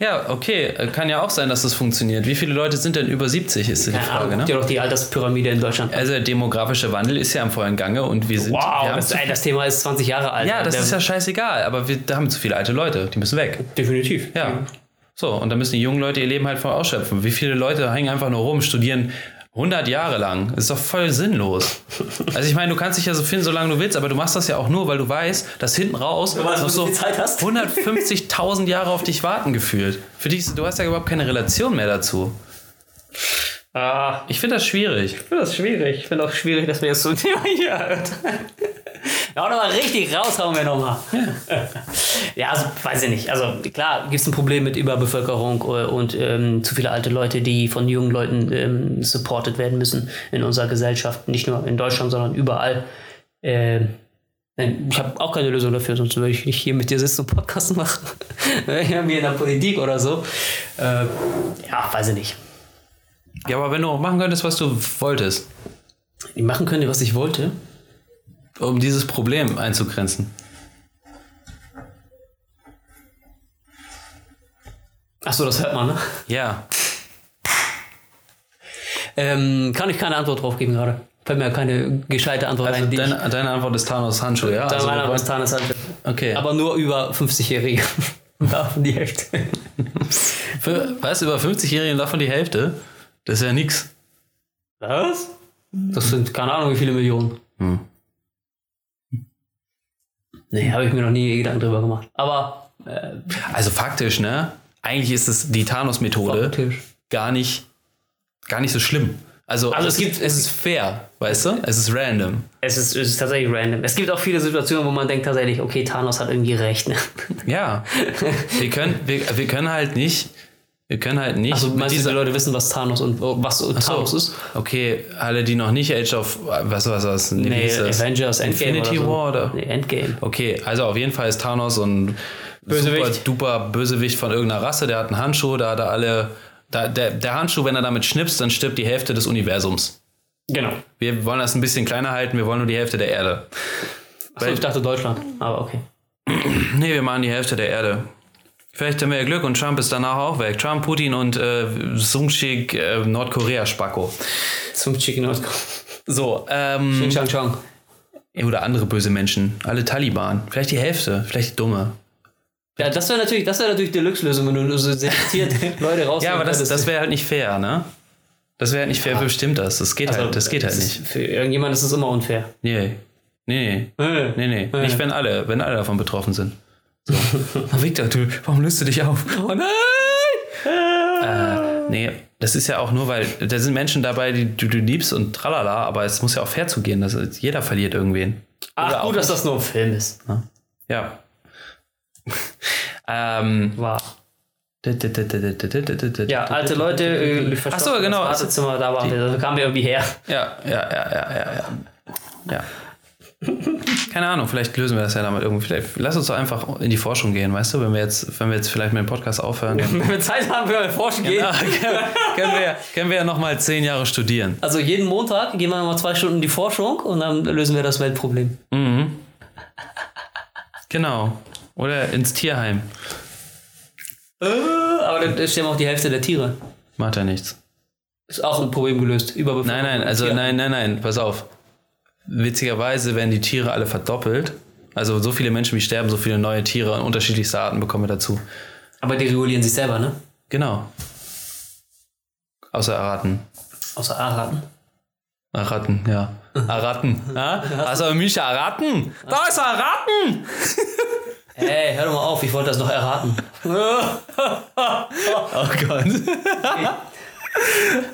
Ja, okay. Kann ja auch sein, dass das funktioniert. Wie viele Leute sind denn über 70, ist die
Keine Ahnung,
Frage,
guck dir
ne?
doch die Alterspyramide in Deutschland an.
Also der demografische Wandel ist ja am vollen Gange und wir sind. wir haben
das,
zu,
ey, das Thema ist 20 Jahre alt. ne?
ja, das
Der-
ist ja scheißegal, aber wir da haben zu viele alte Leute, die müssen weg.
definitiv.
Ja. So, und dann müssen die jungen Leute ihr Leben halt voll ausschöpfen. Wie viele Leute hängen einfach nur rum, studieren 100 Jahre lang? Das ist doch voll sinnlos. Also ich meine, du kannst dich ja so finden, solange du willst, aber du machst das ja auch nur, weil du weißt, dass hinten raus
weißt,
noch
wo du
so
die Zeit hast.
150.000 Jahre auf dich warten gefühlt. Für dich, du hast ja überhaupt keine Relation mehr dazu.
Ah,
Ich finde das schwierig.
ich finde das schwierig. Ich finde auch schwierig, dass wir jetzt so ein Thema hier [LAUGHS] hört. Ja, nochmal richtig raushauen wir nochmal. Ja. ja, also weiß ich nicht. Also klar gibt es ein Problem mit Überbevölkerung äh, und ähm, zu viele alte Leute, die von jungen Leuten ähm, supported werden müssen in unserer Gesellschaft. Nicht nur in Deutschland, sondern überall. Ähm, nein, ich habe auch keine Lösung dafür, sonst würde ich nicht hier mit dir sitzen und Podcast machen. [LAUGHS] ja, mir in der Politik oder so. Ähm, ja, weiß ich nicht.
Ja, aber wenn du auch machen könntest, was du wolltest,
Ich machen könnte, was ich wollte.
um dieses Problem einzugrenzen.
Achso, das hört man, ne?
Ja.
Ähm, kann ich keine Antwort drauf geben gerade. Fällt mir keine gescheite Antwort
Also
ein. Die
deine, deine Antwort ist Thanos Handschuh, ja?
ich, da
Also,
meiner
wir
was getan ist halt.
wollen- okay.
Aber nur über [LAUGHS] 50-Jährige darf die Hälfte.
Für, was? Über 50-Jährigen davon die Hälfte? Das ist ja nix.
Was? Das sind keine Ahnung, wie viele Millionen.
Hm.
Nee, habe ich mir noch nie Gedanken drüber gemacht. Aber äh,
Also faktisch, ne? Eigentlich ist es die Thanos-Methode
Tisch.
gar nicht, gar nicht so schlimm. Also,
Also es gibt-
es ist fair, weißt du? Es ist random.
Es ist, es ist tatsächlich random. Es gibt auch viele Situationen, wo man denkt tatsächlich, okay, Thanos hat irgendwie recht. Ne? [LAUGHS]
Ja. wir, können, wir, wir können halt nicht. Wir können halt nicht.
Also
mit
meinst du, die Leute wissen, was Thanos und was Thanos
so,
ist?
Okay, alle, die noch nicht Age of. äh, Was war das? Nee, wie hieß das?
Avengers Endgame
Infinity
oder so.
War oder?
Nee, Endgame.
Okay, also auf jeden Fall ist Thanos so ein
Bösewicht.
super duper Bösewicht von irgendeiner Rasse. Der hat einen Handschuh, da hat er alle. Da, der, der Handschuh, wenn er damit schnipst, dann stirbt die Hälfte des Universums.
Genau.
Wir wollen das ein bisschen kleiner halten, wir wollen nur die Hälfte der Erde. [LAUGHS]
Achso, ich dachte Deutschland, aber okay.
Nee, wir machen die Hälfte der Erde. Vielleicht haben wir ja Glück und Trump ist danach auch weg. Trump, Putin und äh, Sungshik, äh, Nordkorea-Spacko.
Zum Chicken aus.
So, ähm.
Chang Chang.
Oder andere böse Menschen. Alle Taliban. Vielleicht die Hälfte, vielleicht die Dumme.
Ja, das wäre natürlich, das wäre natürlich Deluxe-Lösung, wenn du so
[LAUGHS]
selektiert Leute raus.
Ja, aber das, das wäre halt nicht fair, ne? Das wäre halt nicht fair, wer bestimmt das? Das geht halt, das geht halt nicht.
Für irgendjemand ist es immer unfair.
Nee. Nee, nee.
Äh,
Nee, nee. Nicht, wenn alle, wenn alle davon betroffen sind. [LAUGHS] So. Oh, Victor, du, warum löst du dich auf?
Oh nein!
Äh, nee, das ist ja auch nur, weil da sind Menschen dabei, die du, du liebst und tralala, aber es muss ja auch fair zugehen. Dass jeder verliert irgendwen.
Ach,
Oder auch
gut, dass das nur ein Film ist.
Ja. [LAUGHS] ähm,
War. Ja,
ja,
alte Leute, äh,
Ach
verstopft
so,
das
genau.
Wartezimmer, da waren wir, da kamen wir irgendwie her.
[LAUGHS] Ja, ja, ja, ja, ja, ja. ja. Keine Ahnung, vielleicht lösen wir das ja damit irgendwie. Vielleicht, lass uns doch einfach in die Forschung gehen, weißt du, wenn wir jetzt, wenn wir jetzt vielleicht mit dem Podcast aufhören,
[LAUGHS]
dann
Wenn wir Zeit haben, können wir forschen gehen.
können wir, ja- können wir ja nochmal zehn Jahre studieren.
[LAUGHS] Also jeden Montag gehen wir mal zwei Stunden in die Forschung und dann lösen wir das Weltproblem.
Genau. Oder ins Tierheim.
Äh, aber dann stellen wir auch die Hälfte der Tiere.
Macht ja nichts.
Ist auch ein Problem gelöst. Überbevölkerung.
Nein, nein, also
Ja.
nein, nein, nein, pass auf. Witzigerweise werden die Tiere alle verdoppelt. Also so viele Menschen wie sterben, so viele neue Tiere und unterschiedlichste Arten bekommen wir dazu.
Aber die regulieren sich selber, ne?
Genau. Außer Arten.
Außer Araten.
Aratten, Ah, ja. Aratten. ja? Also, Hast du mich erraten? Da ist Aratten!
Hey, hör doch mal auf, ich wollte das noch
[LAUGHS]
erraten.
Oh Gott.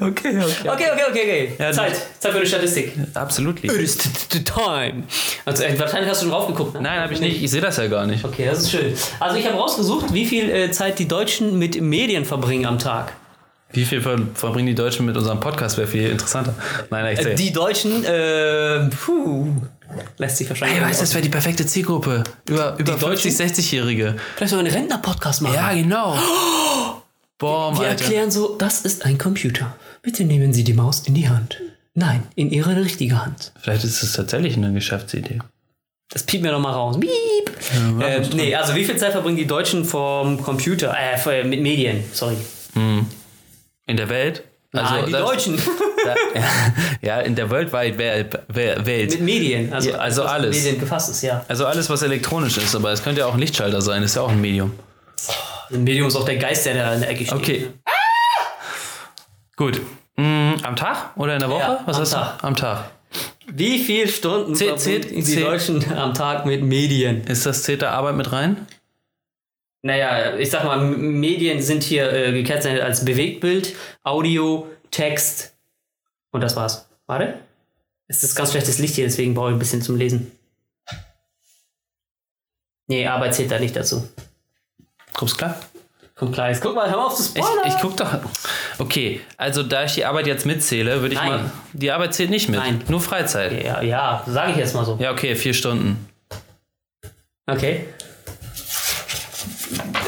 okay, okay.
Okay, okay, okay, okay.
Ja,
Zeit. Zeit für eine Statistik.
Absolut. Nein,
It is the time. Also, äh, wahrscheinlich hast du drauf geguckt, ne?
habe ich nicht. Ich sehe das ja gar nicht.
Okay, das ist schön. Also ich habe rausgesucht, wie viel äh, Zeit die Deutschen mit Medien verbringen am Tag.
Wie viel ver verbringen die Deutschen mit unserem Podcast? Wäre viel interessanter. Nein, nein, ich sehe.
Äh, die Deutschen, äh, puh, lässt sich wahrscheinlich.
Ey, weißt du, das wäre die perfekte Zielgruppe. Über, über
Deutschen?
50, 60-Jährige.
vielleicht sogar einen Rentner-Podcast machen.
Ja, genau. Boom,
Die
Alter.
erklären so, das ist ein Computer. Bitte nehmen Sie die Maus in die Hand. Nein, in Ihre richtige Hand.
Vielleicht ist es tatsächlich eine Geschäftsidee.
Das piept mir doch mal raus. Piep. äh, nee, also wie viel Zeit verbringen die Deutschen vom Computer, äh, vor- mit Medien, sorry.
In der Welt?
Nein, die
Also das-
Deutschen. [LAUGHS]
Da, [LAUGHS] ja, in der World Wide Welt. Wel-
mit
Welt.
Medien. Also,
Ja, also
was mit
alles.
Medien gefasst ist, ja.
Also alles, was elektronisch ist, aber es könnte ja auch ein Lichtschalter sein, ist ja auch ein Medium.
Ein Medium ist auch der Geist, der da in der Ecke steht.
Okay. Ah! Gut. Mm, am Tag oder in der Woche?
Ja,
was
am
hast
Tag.
du? Am Tag.
Wie viele Stunden
Zäh-
verbringen
zählt-
die
zählt-
Deutschen am Tag mit Medien?
Ist das zählt da Arbeit mit rein?
Naja, ich sag mal, M- Medien sind hier äh, gekennzeichnet als Bewegtbild, Audio, Text und das war's. Warte. Es ist ganz schlechtes Licht hier, deswegen brauche ich ein bisschen zum Lesen. Nee, Arbeit zählt da nicht dazu.
Kommst klar?
Kommt klar, jetzt guck mal, hör mal auf zu
Ich,
spoilern.
ich guck doch. Okay, also da ich die Arbeit jetzt mitzähle, würde ich
Nein.
mal. Die Arbeit zählt nicht mit.
Nein.
Nur Freizeit.
ja, ja, sage ich jetzt mal so.
Ja, okay, vier Stunden.
Okay.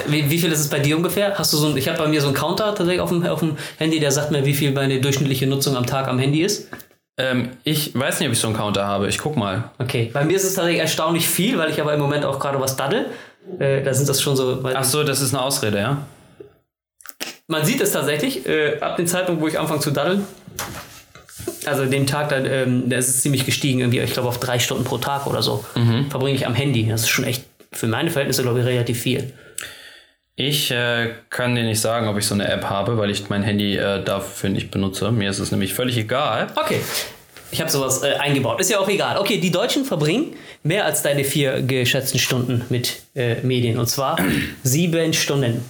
Wie, wie viel ist es bei dir ungefähr? Hast du so ein, ich habe bei mir so einen Counter tatsächlich auf dem, auf dem Handy, der sagt mir, wie viel meine durchschnittliche Nutzung am Tag am Handy ist.
Ähm, ich weiß nicht, ob ich so einen Counter habe. Ich guck mal.
Okay, bei mir ist es tatsächlich erstaunlich viel, weil ich aber im Moment auch gerade was daddel. Äh, da sind das schon so. Weil
Ach so, das ist eine Ausrede, ja?
Man sieht es tatsächlich, äh, ab dem Zeitpunkt, wo ich anfange zu daddeln. Also dem Tag, da, ähm, da ist es ziemlich gestiegen, irgendwie, ich glaube auf drei Stunden pro Tag oder so. Verbringe ich am Handy. Das ist schon echt für meine Verhältnisse, glaube ich, relativ viel.
Ich äh, kann dir nicht sagen, ob ich so eine App habe, weil ich mein Handy äh, dafür nicht benutze. Mir ist es nämlich völlig egal.
Okay. Ich habe sowas äh, eingebaut. Ist ja auch egal. Okay, die Deutschen verbringen mehr als deine vier geschätzten Stunden mit äh, Medien. Und zwar sieben Stunden.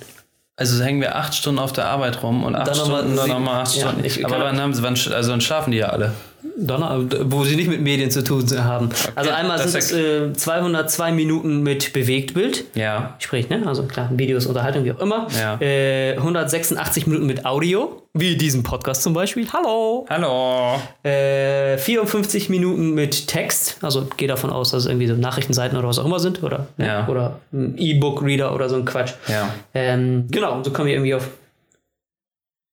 Also hängen wir acht Stunden auf der Arbeit rum und acht
Dann nochmal
Stunden, dann
sieben.
nochmal acht
Ja,
Stunden.
ich
Aber
kann-
wann, haben, sie- wann, sch- also wann schlafen die ja alle?
Donner, äh, wo sie nicht mit Medien zu tun haben. also einmal
das
sind es
ist
äh, 202 Minuten mit Bewegtbild.
Ja.
Sprich, ne? Also klar, Videos, Unterhaltung, wie auch immer.
Ja.
Äh, 186 Minuten mit Audio, wie diesen Podcast zum Beispiel. Hallo!
Hallo.
Äh, 54 Minuten mit Text, also gehe davon aus, dass es irgendwie so Nachrichtenseiten oder was auch immer sind oder, ne?
Ja.
oder ein E-Book-Reader oder so ein Quatsch.
Ja.
Ähm, genau, und so kommen wir irgendwie auf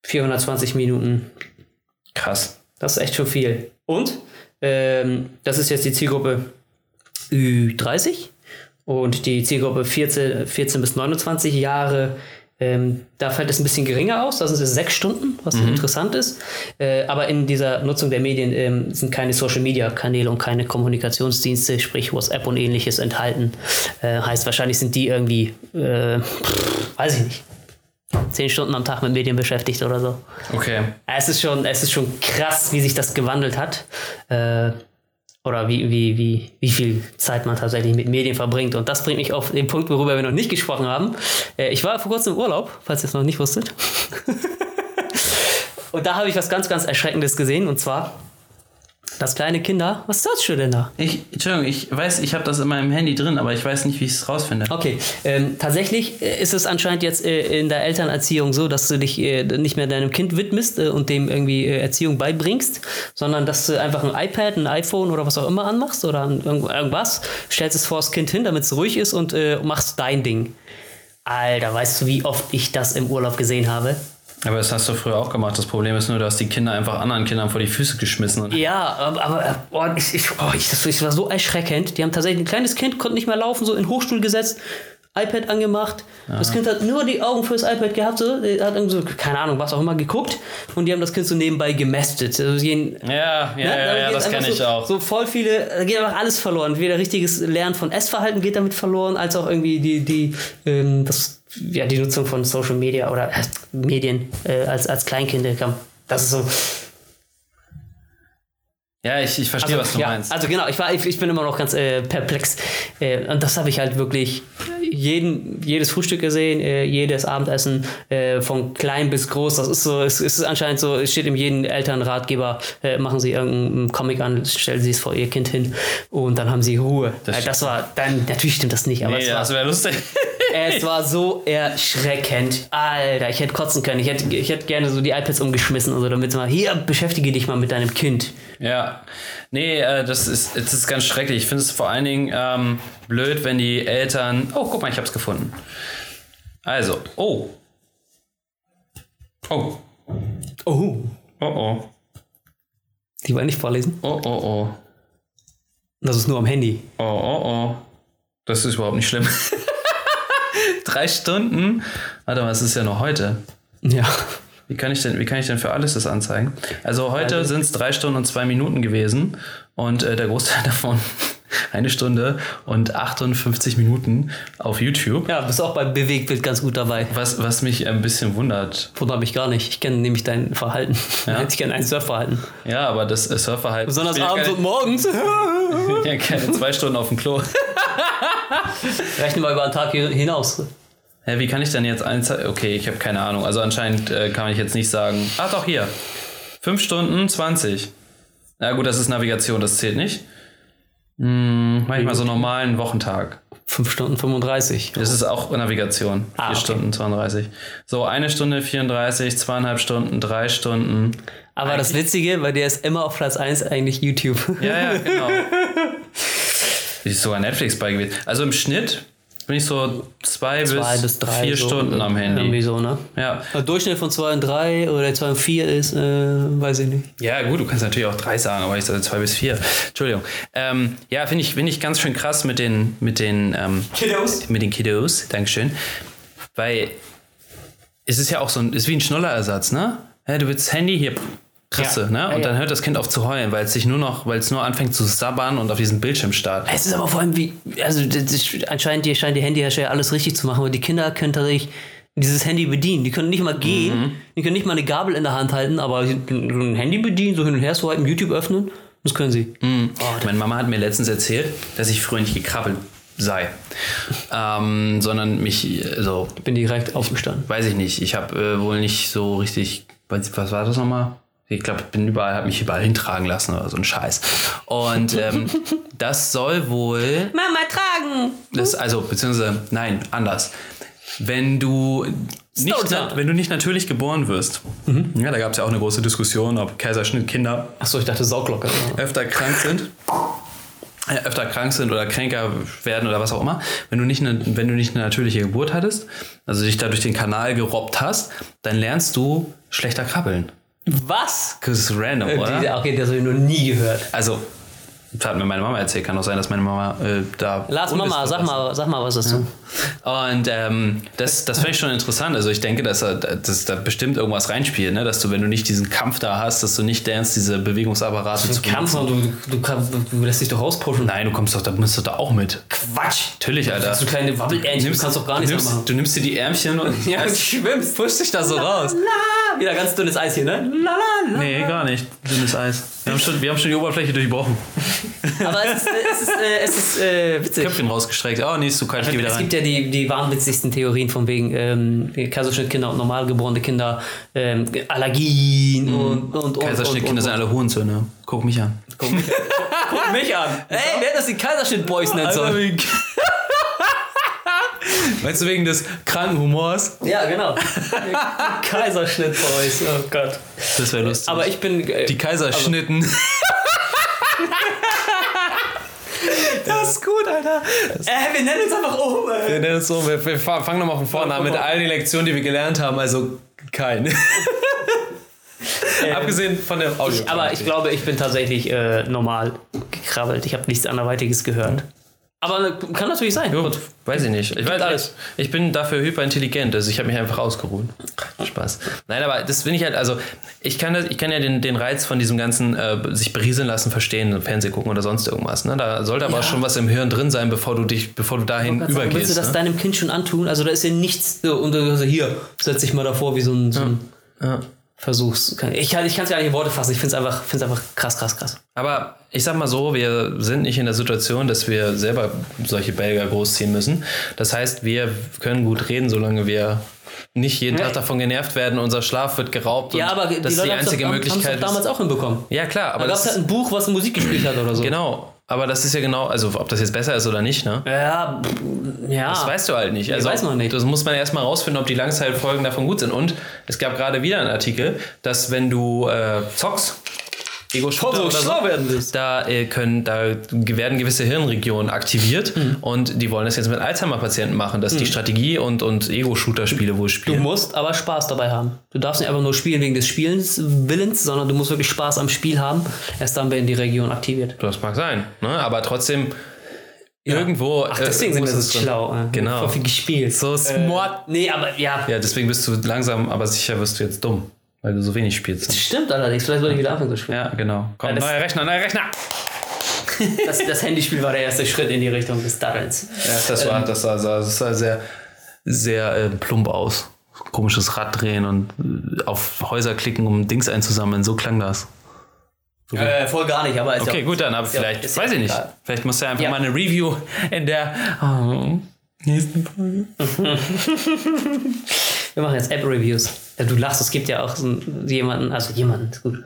420 Minuten.
Krass.
Das ist echt schon viel. Und ähm, das ist jetzt die Zielgruppe Ü30 und die Zielgruppe 14, 14 bis 29 Jahre. Ähm, da fällt es ein bisschen geringer aus, da sind es sechs Stunden, was interessant ist. Äh, aber in dieser Nutzung der Medien ähm, sind keine Social-Media-Kanäle und keine Kommunikationsdienste, sprich WhatsApp und ähnliches enthalten. Äh, heißt, wahrscheinlich sind die irgendwie, äh, pff, weiß ich nicht, zehn Stunden am Tag mit Medien beschäftigt oder so.
Okay.
Ja, Es ist schon, es ist schon krass, wie sich das gewandelt hat. Äh, oder wie, wie, wie, wie viel Zeit man tatsächlich mit Medien verbringt. Und das bringt mich auf den Punkt, worüber wir noch nicht gesprochen haben. Äh, ich war vor kurzem im Urlaub, falls ihr es noch nicht wusstet. [LAUGHS] und da habe ich was ganz, ganz Erschreckendes gesehen. Und zwar, dass kleine Kinder. Was searchst du denn da?
Ich, Entschuldigung, ich weiß, ich habe das in meinem Handy drin, aber ich weiß nicht, wie ich es rausfinde.
Okay, ähm, tatsächlich äh, ist es anscheinend jetzt äh, in der Elternerziehung so, dass du dich äh, nicht mehr deinem Kind widmest äh, und dem irgendwie äh, Erziehung beibringst, sondern dass du einfach ein iPad, ein iPhone oder was auch immer anmachst oder ein, irgend- irgendwas, stellst es vor das Kind hin, damit es ruhig ist und äh, machst dein Ding. Alter, weißt du, wie oft ich das im Urlaub gesehen habe?
Aber das hast du früher auch gemacht. Das Problem ist nur, du hast die Kinder einfach anderen Kindern vor die Füße geschmissen. Und
Ja, aber, aber oh, ich, ich, oh, ich, das, das war so erschreckend. Die haben tatsächlich ein kleines Kind, konnte nicht mehr laufen, so in den Hochstuhl gesetzt, iPad angemacht. Das Kind hat nur die Augen fürs iPad gehabt, so, äh, hat irgendwie so, keine Ahnung, was auch immer geguckt. Und die haben das Kind so nebenbei gemästet. Also jeden,
ja, ja,
ne,
ja,
da
ja
geht
das
einfach
kenne ich
so,
auch.
So voll viele, da geht einfach alles verloren. Weder richtiges Lernen von Essverhalten geht damit verloren, als auch irgendwie die, die, ähm, das, ja, die Nutzung von Social Media oder äh, Medien äh, als, als Kleinkinder. Komm, Das ist so.
Ja, ich, ich verstehe, was du
ja,
meinst.
Also genau, ich, war, ich, ich bin immer noch ganz äh, perplex. Äh, und das habe ich halt wirklich jeden, jedes Frühstück gesehen, äh, jedes Abendessen, äh, von klein bis groß. Das ist so, es, es ist anscheinend so, es steht in jedem Elternratgeber, äh, machen sie irgendeinen Comic an, stellen sie es vor ihr Kind hin und dann haben sie Ruhe. Das, äh, das war, dann, natürlich stimmt das nicht, aber
nee,
es war
das wäre lustig. [LAUGHS] Äh,
es war so erschreckend. Alter, ich hätte kotzen können. Ich hätte, ich hätte gerne so die iPads umgeschmissen und so, damit mal, hier, beschäftige dich mal mit deinem Kind.
Ja, nee, äh, das, ist, das ist ganz schrecklich. Ich finde es vor allen Dingen ähm, blöd, wenn die Eltern. Oh, guck mal, ich hab's gefunden. Also, oh. Oh,
Oh.
oh, oh.
Die wollen nicht vorlesen?
Oh, oh, oh.
Das ist nur am Handy.
Oh, oh, oh. Das ist überhaupt nicht schlimm. [LAUGHS] Drei Stunden? Warte mal, es ist ja noch heute.
Ja.
Wie kann ich denn, wie kann ich denn für alles das anzeigen? Also heute sind es drei Stunden und zwei Minuten gewesen und äh, der Großteil [LAUGHS] davon eine Stunde und 58 Minuten auf YouTube.
Ja, bist auch beim Bewegtbild ganz gut dabei.
Was, was mich ein bisschen wundert.
Wundert mich gar nicht. Ich kenne nämlich dein Verhalten.
Ja.
[LAUGHS] Ich kenne dein Surfverhalten.
Ja, aber das äh, Surferhalten.
Besonders
ich bin
abends
ja
und [LAUGHS] morgens.
keine, [LAUGHS] ja, keine zwei Stunden auf dem Klo.
Rechne mal über einen Tag hier hinaus.
Hä, wie kann ich denn jetzt einzeigen? Okay, ich habe keine Ahnung. Also anscheinend äh, kann ich jetzt nicht sagen. Ach doch, hier. Fünf Stunden 20. Na gut, das ist Navigation, das zählt nicht. Hm, mach ich mal so einen normalen Wochentag.
5 Stunden 35.
Das ist auch Navigation. 4
Ah, okay.
Stunden 32. So, eine Stunde 34, zweieinhalb Stunden, drei Stunden.
Aber das Witzige, bei dir ist immer auf Platz 1 eigentlich YouTube.
Ja, ja, genau. ist sogar Netflix bei gewesen. Also im Schnitt bin ich so
[LAUGHS]
zwei,
Zwei
bis, vier
so,
Stunden am
Irgendwie
Handy.
so, ne?
Ja.
Der Durchschnitt von 2 und 3 oder 2 und 4 ist, äh, weiß ich nicht.
ja, gut, du kannst natürlich auch drei sagen, aber ich sage zwei bis vier. Entschuldigung. Ähm, ja, finde ich, finde ich ganz schön krass mit den, mit den ähm,
Kiddos.
mit den Kiddos, Dankeschön. Weil es ist ja auch so ein, ist wie ein Schnullerersatz, ne? Ja, du willst Handy hier kriegst
Ja.
du, ne?
Ja,
Und
ja.
dann hört das Kind auf zu heulen, weil es sich nur noch, weil es nur anfängt zu sabbern und auf diesen Bildschirm starrt.
Es ist aber vor allem wie, also das ist, anscheinend die, scheinen die Handyhersteller alles richtig zu machen, aber die Kinder können tatsächlich dieses Handy bedienen. Die können nicht mal gehen, die können nicht mal eine Gabel in der Hand halten, aber so ein Handy bedienen, so hin und her swipen, YouTube öffnen, das können sie. Oh,
Meine Mama hat mir letztens erzählt, dass ich früher nicht gekrabbelt sei, ähm, sondern mich, äh, so,
Bin direkt aufgestanden.
weiß ich nicht, ich habe äh, wohl nicht so richtig, was was war das nochmal? Ich glaube, ich bin überall, habe mich überall hintragen lassen oder so ein Scheiß. Und ähm, das soll wohl
Mama, tragen!
Das, also, beziehungsweise, nein, anders. Wenn du nicht,
Stoner.
na, wenn du nicht natürlich geboren wirst, ja, da gab es ja auch eine große Diskussion, ob Kaiserschnittkinder
Achso, ich dachte Sauglocke.
öfter krank sind, äh, öfter krank sind oder kränker werden oder was auch immer. Wenn du nicht eine, wenn du nicht eine natürliche Geburt hattest, also dich da durch den Kanal gerobbt hast, dann lernst du schlechter krabbeln.
Was?
Das ist random, oder?
Äh, Die, okay, das habe ich noch nie gehört.
Also, das hat mir meine Mama erzählt, kann auch sein, dass meine Mama äh, da.
Lars, Mama,
unwissend
sag
war.
mal, sag mal was dazu.
Und ähm, das, das finde ich schon interessant. Also ich denke, dass da, dass da bestimmt irgendwas reinspielt, ne? dass du, wenn du nicht diesen Kampf da hast, dass du nicht lernst, diese Bewegungsapparate zu benutzen.
Kannst du, du, du, kann- du lässt dich doch rauspushen.
Nein, du kommst doch, da musst du da auch mit.
Quatsch!
Natürlich, Alter.
Hast du kleine Wabbelärmchen, du kannst doch gar nichts
du nimmst,
mehr machen.
Du nimmst dir die Ärmchen und
[LAUGHS] Ja, und schwimmst,
pushst dich da [LAUGHS] so raus.
La, wieder ganz dünnes Eis hier, ne? La, la, la.
Nee, gar nicht. Dünnes Eis. Wir haben schon, wir haben schon die Oberfläche durchbrochen.
Aber es ist, äh, es ist, äh, es ist äh, witzig.
Köpfchen rausgestreckt. Oh, nee, ist zu kalt, ich geh wieder
Es
rein.
gibt ja die, die wahnwitzigsten Theorien von wegen ähm, Kaiserschnittkinder und normal geborene Kinder, ähm, Allergien und, und, und.
Mhm.
und,
Kaiserschnittkinder sind
und,
alle Hohenzöne. Guck mich an.
und. Guck mich an. Ey, wer hat das die Kaiserschnitt-Boys nennen sollen?
[LAUGHS] Meinst du wegen des kranken Humors?
Ja,
[LAUGHS]
genau. Kaiserschnitt-Boys, oh Gott.
Das wäre lustig.
Aber ich bin. Äh,
Die Kaiserschnitten. [LAUGHS] das ist gut, Alter.
äh, wir nennen uns einfach
[LAUGHS]
um. Ey.
Wir nennen es so, wir, wir fa- fangen nochmal von vorne an mit allen den Lektionen, die wir gelernt haben. Also kein.
[LAUGHS]
Abgesehen von dem Audio.
Aber ich glaube, ich bin tatsächlich äh, normal gekrabbelt. Ich habe nichts anderweitiges gehört. Aber kann natürlich sein. Äh,
Gut, weiß ich nicht. Ich, weiß,
alles.
Ich, ich bin dafür hyperintelligent, also ich habe mich einfach ausgeruht. Spaß. Nein, aber das finde ich halt, also ich kann, das, ich kann ja den, den Reiz von diesem ganzen äh, sich berieseln lassen verstehen, Fernsehen gucken oder sonst irgendwas. Ne? Da sollte aber
Ja.
schon was im Hirn drin sein, bevor du dich, bevor du dahin
Ganz ehrlich, Willst du
übergehst.
das
Ne?
deinem äh, Kind schon antun? Also da ist ja nichts. so, Und du sagst, hier, setz dich mal davor wie so ein. So ein
Ja.
versuch's. kann- Ich kann es gar nicht in Worte fassen. Ich finde es einfach, find's einfach krass, krass, krass.
Aber ich sag mal so, wir sind nicht in der Situation, dass wir selber solche Belgier großziehen müssen. Das heißt, wir können gut reden, solange wir nicht jeden Tag davon genervt werden, unser Schlaf wird geraubt
Ja, aber
das ist die
haben's doch-
einzige
haben- haben's
Möglichkeit.
doch damals auch hinbekommen.
ja, klar,
Da
aber
gab
das
es halt ein Buch, was Musik gespielt hat oder so.
genau, aber das ist ja genau, also ob das jetzt besser ist oder nicht, ne?
Ja, pff, ja.
Das weißt du halt nicht. Also,
weiß man nicht.
Das muss man erstmal rausfinden, ob die Langzeitfolgen davon gut sind. Und es gab gerade wieder einen Artikel, dass wenn du äh, zockst, ego
so schlau werden willst.
da, äh, können, da werden gewisse Hirnregionen aktiviert und die wollen das jetzt mit Alzheimer-Patienten machen, dass die Strategie und, und Ego-Shooter-Spiele wohl
Du
spielen.
musst aber Spaß dabei haben. Du darfst nicht einfach nur spielen wegen des Spielens Willens, sondern du musst wirklich Spaß am Spiel haben. Erst dann werden die Region aktiviert.
Das mag sein, ne? aber trotzdem irgendwo.
Ach,
äh,
deswegen sind
muss
wir
es
so
drin.
schlau. äh,
Genau.
Voll viel gespielt.
So smart.
Nee, aber ja,
Ja, deswegen bist du langsam, aber sicher wirst du jetzt dumm, weil du so wenig spielst.
Stimmt allerdings. Vielleicht würde ich wieder anfangen zu spielen.
Ja, genau. Komm,
Ja, das-
neuer Rechner, neuer Rechner!
Das, das Handyspiel war der erste Schritt in die Richtung des Daddelns.
Ja, das war, das sah, sah, das sah sehr, sehr äh, plump aus. Komisches Rad drehen und äh, auf Häuser klicken, um Dings einzusammeln. So klang das.
Äh, voll gar nicht, aber ist
Okay,
ja,
gut, dann aber
ja-
vielleicht,
ist ja
weiß ich nicht.
egal.
Vielleicht musst du einfach
Ja.
mal eine Review in der oh, nächsten Folge.
Wir machen jetzt App-Reviews. Ja, du lachst, es gibt ja auch so einen- jemanden, also jemanden, ist gut.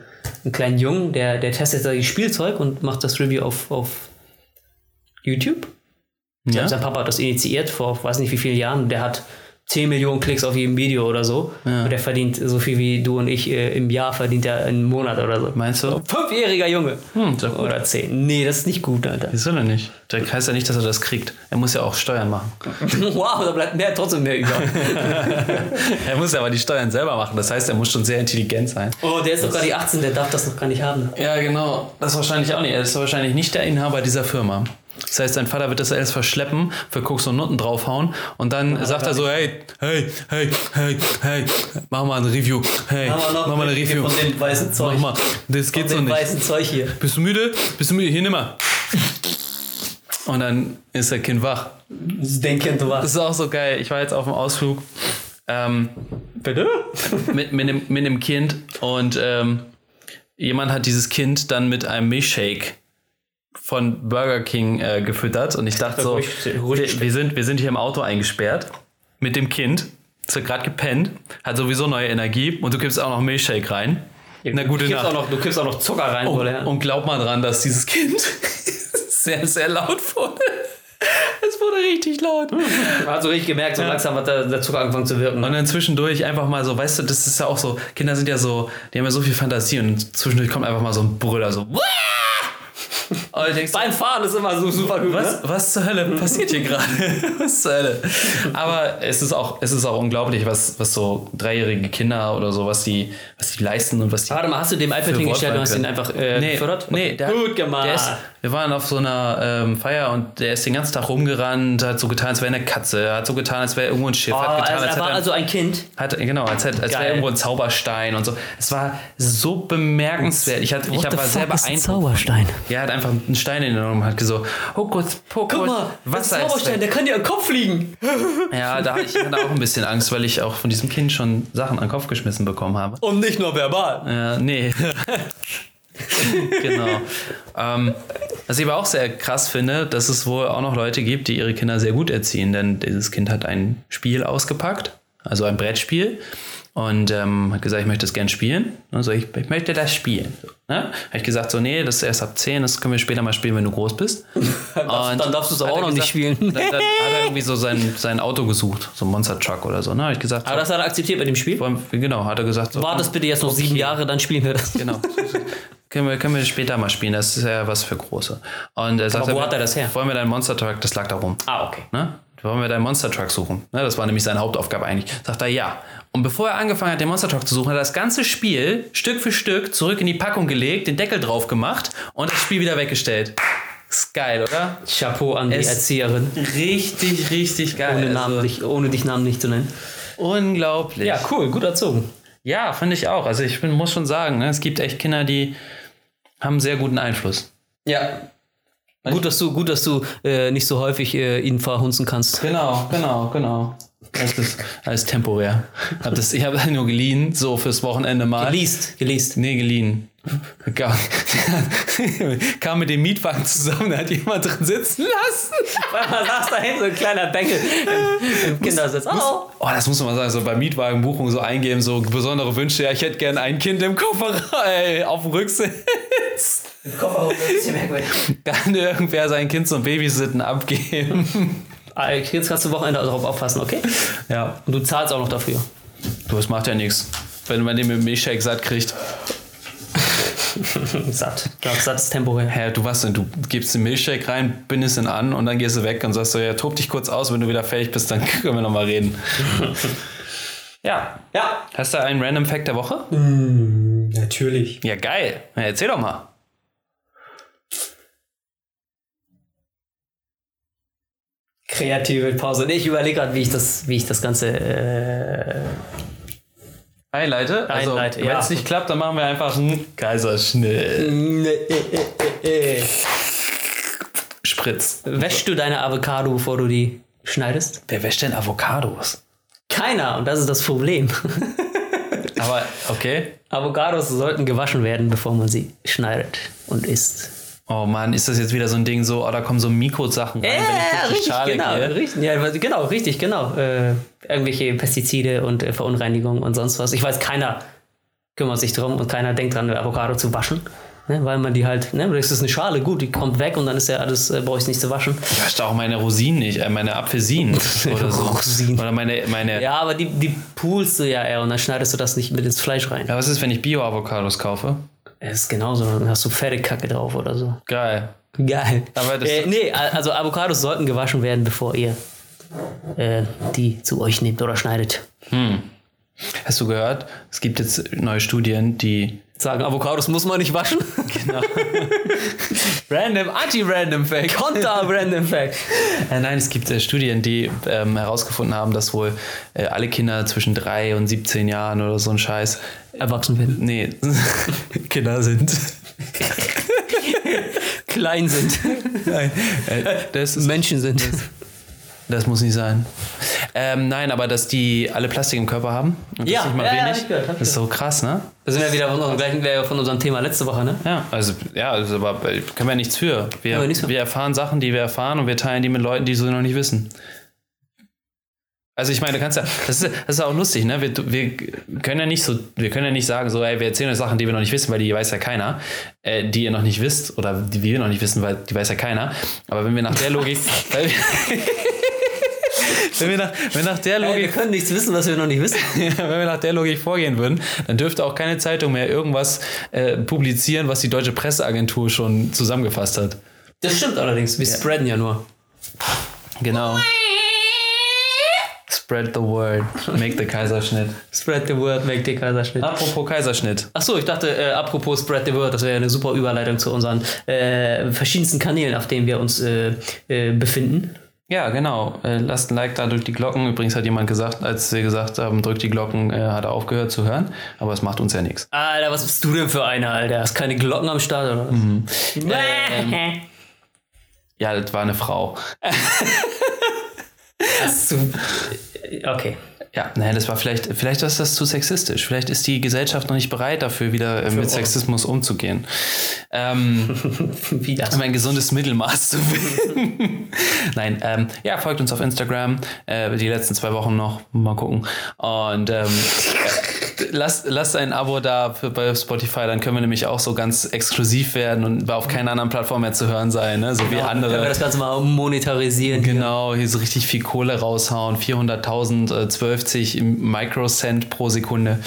Einen kleinen Jungen, der, der testet da die Spielzeug und macht das Review auf, auf YouTube. Ich
Ja?
glaub, Sein Papa hat das initiiert vor weiß nicht wie vielen Jahren. Der hat 10 Millionen Klicks auf jedem Video oder so. Und der verdient so viel wie du und ich äh, im Jahr verdient er einen Monat oder so.
Meinst du?
Fünfjähriger Junge.
Hm, doch gut.
Oder zehn. Nee, das ist nicht gut, Alter.
Wieso denn nicht? Das heißt ja nicht, dass er das kriegt. Er muss ja auch Steuern machen.
[LAUGHS] Wow, da bleibt mehr, trotzdem mehr über.
[LAUGHS] er muss ja aber die Steuern selber machen. Das heißt, er muss schon sehr intelligent sein.
Oh, der ist doch gar nicht 18, der darf das noch gar nicht haben.
Ja, genau. Das ist wahrscheinlich auch nicht. Er ist wahrscheinlich nicht der Inhaber dieser Firma. Das heißt, sein Vater wird das alles verschleppen, für Koks und Nutten draufhauen und dann sagt er so, hey, hey, hey, hey, hey, mach mal ein Review, hey,
Machen wir noch
mach mal eine
hier
Review,
von dem weißen Zeug.
mach mal, das geht
Mit
so
dem
nicht.
weißen Zeug hier.
Bist du müde? Bist du müde? Hier, nimm mal. Und dann ist der Kind wach.
Denken du
Das
was.
ist auch so geil. Ich war jetzt auf dem Ausflug ähm,
Bitte?
mit, mit, einem, mit einem Kind und ähm, jemand hat dieses Kind dann mit einem Milchshake von Burger King äh, gefüttert und ich dachte so,
ruhig stehen, ruhig
wir,
stehen.
wir, sind, wir sind hier im Auto eingesperrt mit dem Kind, ist ja gerade gepennt, hat sowieso neue Energie und du gibst auch noch Milchshake rein. Na Oh, gute
du kippst
Nacht.
Auch noch, du kippst auch noch Zucker rein,
Und,
Bruder. ja.
und glaub mal dran, dass dieses Kind [LAUGHS] sehr, sehr laut wurde. Es wurde richtig laut.
Man hat so richtig gemerkt, so langsam hat der, der Zucker angefangen zu wirken.
Und dann zwischendurch einfach mal so, weißt du, das ist ja auch so, Kinder sind ja so, die haben ja so viel Fantasie und zwischendurch kommt einfach mal so ein Brüller, so. "Wah!" Und ich denk so, ne?
Beim Fahren ist immer so super gut.
was, was zur Hölle passiert hier gerade? [LAUGHS] was zur Hölle? Aber es ist auch, es ist auch unglaublich, was, was so dreijährige Kinder oder so, was die, was die leisten und was die
Warte mal, hast du dem iPad hingestellt und hast ihn einfach äh,
nee,
gefördert?
Nee, der,
Gut gemacht.
Der ist, wir waren auf so einer ähm, Feier und der ist den ganzen Tag rumgerannt, hat so getan, als wäre eine Katze, hat so getan, als wäre irgendwo ein Schiff,
oh,
hat getan,
also,
als
er
hätte
war
er-
also ein Kind.
hat, genau, als, hätte- als
Geil.
wäre irgendwo ein Zauberstein und so. Es war so bemerkenswert. Ich, hatte, ich
What
hab-
the
war
fuck
selber
ist ein
ein.
Zauberstein.
Ja, hat einfach einen Stein in den Arm und hat so, Hokus, Pokus,
Guck mal, was
Wasser
ein
ist
Zauberstein,
weg.
der kann dir am Kopf liegen.
Ja, da ich hatte auch ein bisschen Angst, weil ich auch von diesem Kind schon Sachen an den Kopf geschmissen bekommen habe.
Und nicht nur verbal.
Ja, Äh, nee. genau. ähm, was ich aber auch sehr krass finde, dass es wohl auch noch Leute gibt, die ihre Kinder sehr gut erziehen, denn dieses Kind hat ein Spiel ausgepackt, also ein Brettspiel. Und ähm, hat gesagt, ich möchte das gern spielen. Also ich, ich möchte das spielen. So, Ne? Habe ich gesagt, so, nee, das ist erst ab 10, das können wir später mal spielen, wenn du groß bist. Und
[LAUGHS] dann darfst du's aber
hat
auch
er
noch nicht spielen. [LAUGHS]
Dann, dann hat er irgendwie so sein, sein Auto gesucht, so ein Monster Truck oder so. Ne? Habe ich gesagt,
Aber das hat er akzeptiert bei dem Spiel.
so, genau, hat er gesagt, so,
War das bitte jetzt noch sieben Jahre, dann spielen wir das.
Genau. können, wir, können wir später mal spielen. Das ist ja was für Große. Und er sagt,
wo hat er das her?
Wollen wir deinen Monster Truck? Das lag da rum.
[LAUGHS] Ah, okay.
Ne? Wollen wir deinen Monster Truck suchen? Ne? Das war nämlich seine Hauptaufgabe eigentlich. Sagt er ja. Und bevor er angefangen hat, den Monster Truck zu suchen, hat er das ganze Spiel Stück für Stück zurück in die Packung gelegt, den Deckel drauf gemacht und das Spiel wieder weggestellt. Ist geil, oder?
Chapeau an die
Es-
Erzieherin.
Richtig, richtig geil.
Ohne,
Also,
Namen, dich, ohne dich Namen nicht zu nennen.
unglaublich.
Ja, cool, gut erzogen.
Ja, finde ich auch. Also ich bin, muss schon sagen, ne, es gibt echt Kinder, die haben sehr guten Einfluss.
Ja. Gut, dass du, gut, dass du äh, nicht so häufig äh, ihn verhunzen kannst.
Genau, genau, genau. Alles, ist- alles temporär. Hab das, ich habe nur geliehen, so fürs Wochenende mal.
Geleast, geleast.
Nee, geliehen. Gar- [LAUGHS] Kam mit dem Mietwagen zusammen, da hat jemand drin sitzen lassen.
Man saß [LAUGHS] da hin, so ein kleiner Bengel im, im Kindersitz. Hallo.
Oh, das muss man mal sagen, so bei Mietwagenbuchungen so eingeben, so besondere Wünsche. Ja, ich hätte gern ein Kind im Kofferraum, äh, auf dem Rücksitz.
Kofferraum, ein bisschen merkwürdig.
Dann irgendwer sein Kind zum Babysitten abgeben.
Ah, Jetzt kannst du Wochenende darauf aufpassen, okay?
Ja,
Und du zahlst auch noch dafür.
du, das macht ja nichts. Wenn man den mit dem Milchshake satt kriegt.
Satt. Ich glaube, satt ist temporär.
Hä, du was denn? Du gibst den Milchshake rein, bindest ihn an und dann gehst du weg und sagst so, ja, tob dich kurz aus, wenn du wieder fertig bist, dann [LAUGHS] können wir nochmal reden. ja.
Ja.
Hast du einen Random Fact der Woche?
Natürlich.
Ja, geil. Na, erzähl doch mal.
Kreative Pause. Nee, ich überlege gerade, wie, ich das- wie ich das Ganze. Äh,
Einleite. Also,
Einleite,
wenn
ja.
es nicht klappt, dann machen wir einfach einen
äh,
Kaiserschnitt. Spritz.
Wäschst du deine Avocado, bevor du die schneidest?
Wer wäscht denn Avocados?
Keiner, und das ist das Problem. [LAUGHS]
Aber, okay.
Avocados sollten gewaschen werden, bevor man sie schneidet und isst.
Oh Mann, ist das jetzt wieder so ein Ding so, oh, da kommen so Mikrosachen rein,
Ja,
durch die Schale
genau,
gehe?
richtig, ja, was- genau, richtig, genau. Äh, irgendwelche Pestizide und äh, Verunreinigungen und sonst was. Ich weiß, keiner kümmert sich drum und keiner denkt dran, Avocado zu waschen. Ne, weil man die halt, ne, das ist eine Schale, gut, die kommt weg und dann ist ja alles, äh, brauche ich nicht zu waschen.
Ich verstehe auch meine Rosinen nicht, äh, meine [LAUGHS] Apfelsinen oder so.
Rosinen.
Oder meine, meine
[LAUGHS]
ja.
Ja, aber die, die poolst du ja eher und dann schneidest du das nicht mit ins Fleisch rein.
was ist, wenn ich Bio-Avocados kaufe?
Es ist genauso, dann hast du Pferdekacke drauf oder so.
Geil.
Geil.
Aber das-
äh, nee, a- also Avocados sollten gewaschen werden, bevor ihr äh, die zu euch nehmt oder schneidet.
Hast du gehört? Es gibt jetzt neue Studien, die
Sagen, Avocados muss man nicht [LAUGHS] waschen. Genau.
Random, anti-random Fake.
Konter, Brandon Fact.
Äh, nein, es gibt äh, Studien, die ähm, herausgefunden haben, dass wohl äh, alle Kinder zwischen 3 und 17 Jahren oder so ein Scheiß.
Erwachsen [LAUGHS] werden.
Nee, [LAUGHS] Kinder sind.
Klein sind.
Nein, äh, das, ist,
Menschen sind.
das muss nicht sein. Ähm, nein, aber dass die alle Plastik im Körper haben. Und
Ja,
das nicht mal
ja, ja, hab
wenig.
ich gehört, hab ich
das ist so krass, ne?
Da sind wir wieder von unserem, gleichen, wir von unserem Thema letzte Woche, ne?
Ja, also ja, also, aber äh, können wir nichts für. Wir,
Können wir nichts für.
wir erfahren Sachen, die wir erfahren und wir teilen die mit Leuten, die so noch nicht wissen. Also ich meine, du kannst ja, das ist, das ist auch lustig, ne? Wir, wir können ja nicht so, wir können ja nicht sagen, so, ey, wir erzählen euch Sachen, die wir noch nicht wissen, weil die weiß ja keiner, äh, die ihr noch nicht wisst oder die wir noch nicht wissen, weil die weiß ja keiner. Aber wenn wir nach
[LAUGHS]
der Logik, weil wir, [LAUGHS] wenn wir nach, wenn nach der
Ey,
Logik
wir können nichts wissen, was wir noch nicht wissen.
[LAUGHS] wenn wir nach der Logik vorgehen würden, dann dürfte auch keine Zeitung mehr irgendwas äh, publizieren, was die deutsche Presseagentur schon zusammengefasst hat.
Das stimmt allerdings. Wir spreaden ja nur.
Genau. Spread the word. Make the Kaiserschnitt.
Spread the word, make the Kaiserschnitt.
Apropos Kaiserschnitt.
Ach so, ich dachte, äh, apropos Spread the Word, das wäre ja eine super Überleitung zu unseren äh, verschiedensten Kanälen, auf denen wir uns äh, äh, befinden.
Ja, genau. Äh, lasst ein Like da, drückt die Glocken. Übrigens hat jemand gesagt, als wir gesagt haben, drückt die Glocken, äh, hat er aufgehört zu hören. Aber es macht uns ja nichts.
Alter, was bist du denn für einer, Alter? Hast keine Glocken am Start, oder? Mhm. Ähm,
Ja, das war eine Frau.
hast du, äh, okay. [LAUGHS]
Ja, naja, das war vielleicht, vielleicht ist das zu sexistisch. Vielleicht ist die Gesellschaft noch nicht bereit dafür, wieder äh, mit
uns.
Sexismus umzugehen. Ähm,
Wie das?
um ein gesundes Mittelmaß zu [LAUGHS] finden. Nein, ähm, ja, folgt uns auf Instagram, äh, die letzten zwei Wochen noch, mal gucken. Und ähm, äh, lasst, lasst ein Abo da für, bei Spotify, dann können wir nämlich auch so ganz exklusiv werden und auf keiner anderen Plattform mehr zu hören sein, ne? so wie
Können wir
andere.
das Ganze mal monetarisieren?
Genau, hier so richtig viel Kohle raushauen, 400.000, äh, 12 Microcent pro Sekunde.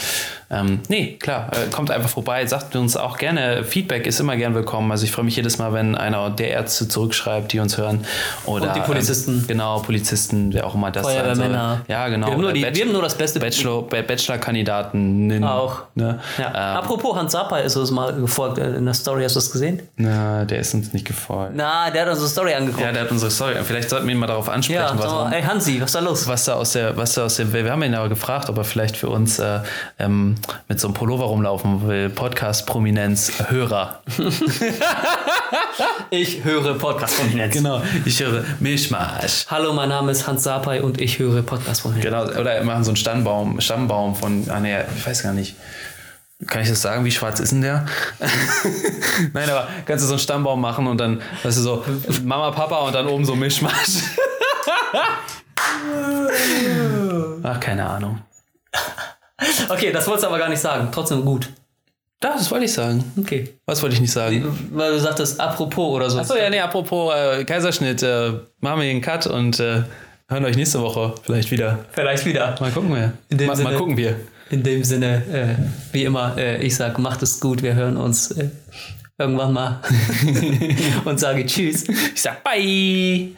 Ähm, nee, klar, äh, kommt einfach vorbei, sagt uns auch gerne, Feedback ist immer gern willkommen. Also ich freue mich jedes Mal, wenn einer der Ärzte zurückschreibt, die uns hören. Oder,
Und die Polizisten.
Ähm, genau, Polizisten, wer auch immer das sein soll.
Feuerwehrmänner.
Ja, genau.
Wir haben nur,
Oder
die, wir haben nur das Beste.
Bachelor, Ba- Bachelor-Kandidaten.
Auch.
Ne?
Ja.
Ähm,
Apropos, Hans Zappa ist uns mal gefolgt äh, in der Story. Hast du das gesehen?
na, der ist uns nicht gefallen.
Na, der hat unsere Story
Ja,
angeguckt.
der hat unsere Story. Vielleicht sollten wir ihn mal darauf ansprechen,
Ja,
was
sag mal, ey Hansi, was ist da los?
was da aus der, was da aus der, wir haben ihn aber gefragt, ob er vielleicht für uns äh, ähm, mit so einem Pullover rumlaufen will. Podcast-Prominenz-Hörer.
Ich höre Podcast von Netz.
Genau. Ich höre Mischmasch.
Hallo, mein Name ist Hans Sapai und ich höre Podcast von Netz.
Genau, oder machen so einen Stammbaum, Stammbaum von, ah nee, ich weiß gar nicht. Kann ich das sagen? Wie schwarz ist denn der? [LAUGHS] Nein, aber kannst du so einen Stammbaum machen und dann, weißt du, so Mama, Papa und dann oben so Mischmasch. [LAUGHS] Ach, keine Ahnung.
Okay, das wolltest du aber gar nicht sagen. Trotzdem gut.
Das, das wollte ich sagen.
Okay.
Was wollte ich nicht sagen?
Weil du sagtest, apropos oder so.
Achso, ja, nee, apropos äh, Kaiserschnitt, äh, machen wir hier einen Cut und äh, hören euch nächste Woche vielleicht wieder.
Vielleicht wieder.
Mal gucken wir.
In dem
mal, mal
Sinne-
gucken wir.
In dem Sinne, äh, wie immer, äh, ich sag, macht es gut, wir hören uns äh,
[LAUGHS]
irgendwann mal und sage Tschüss.
Ich sag Bye!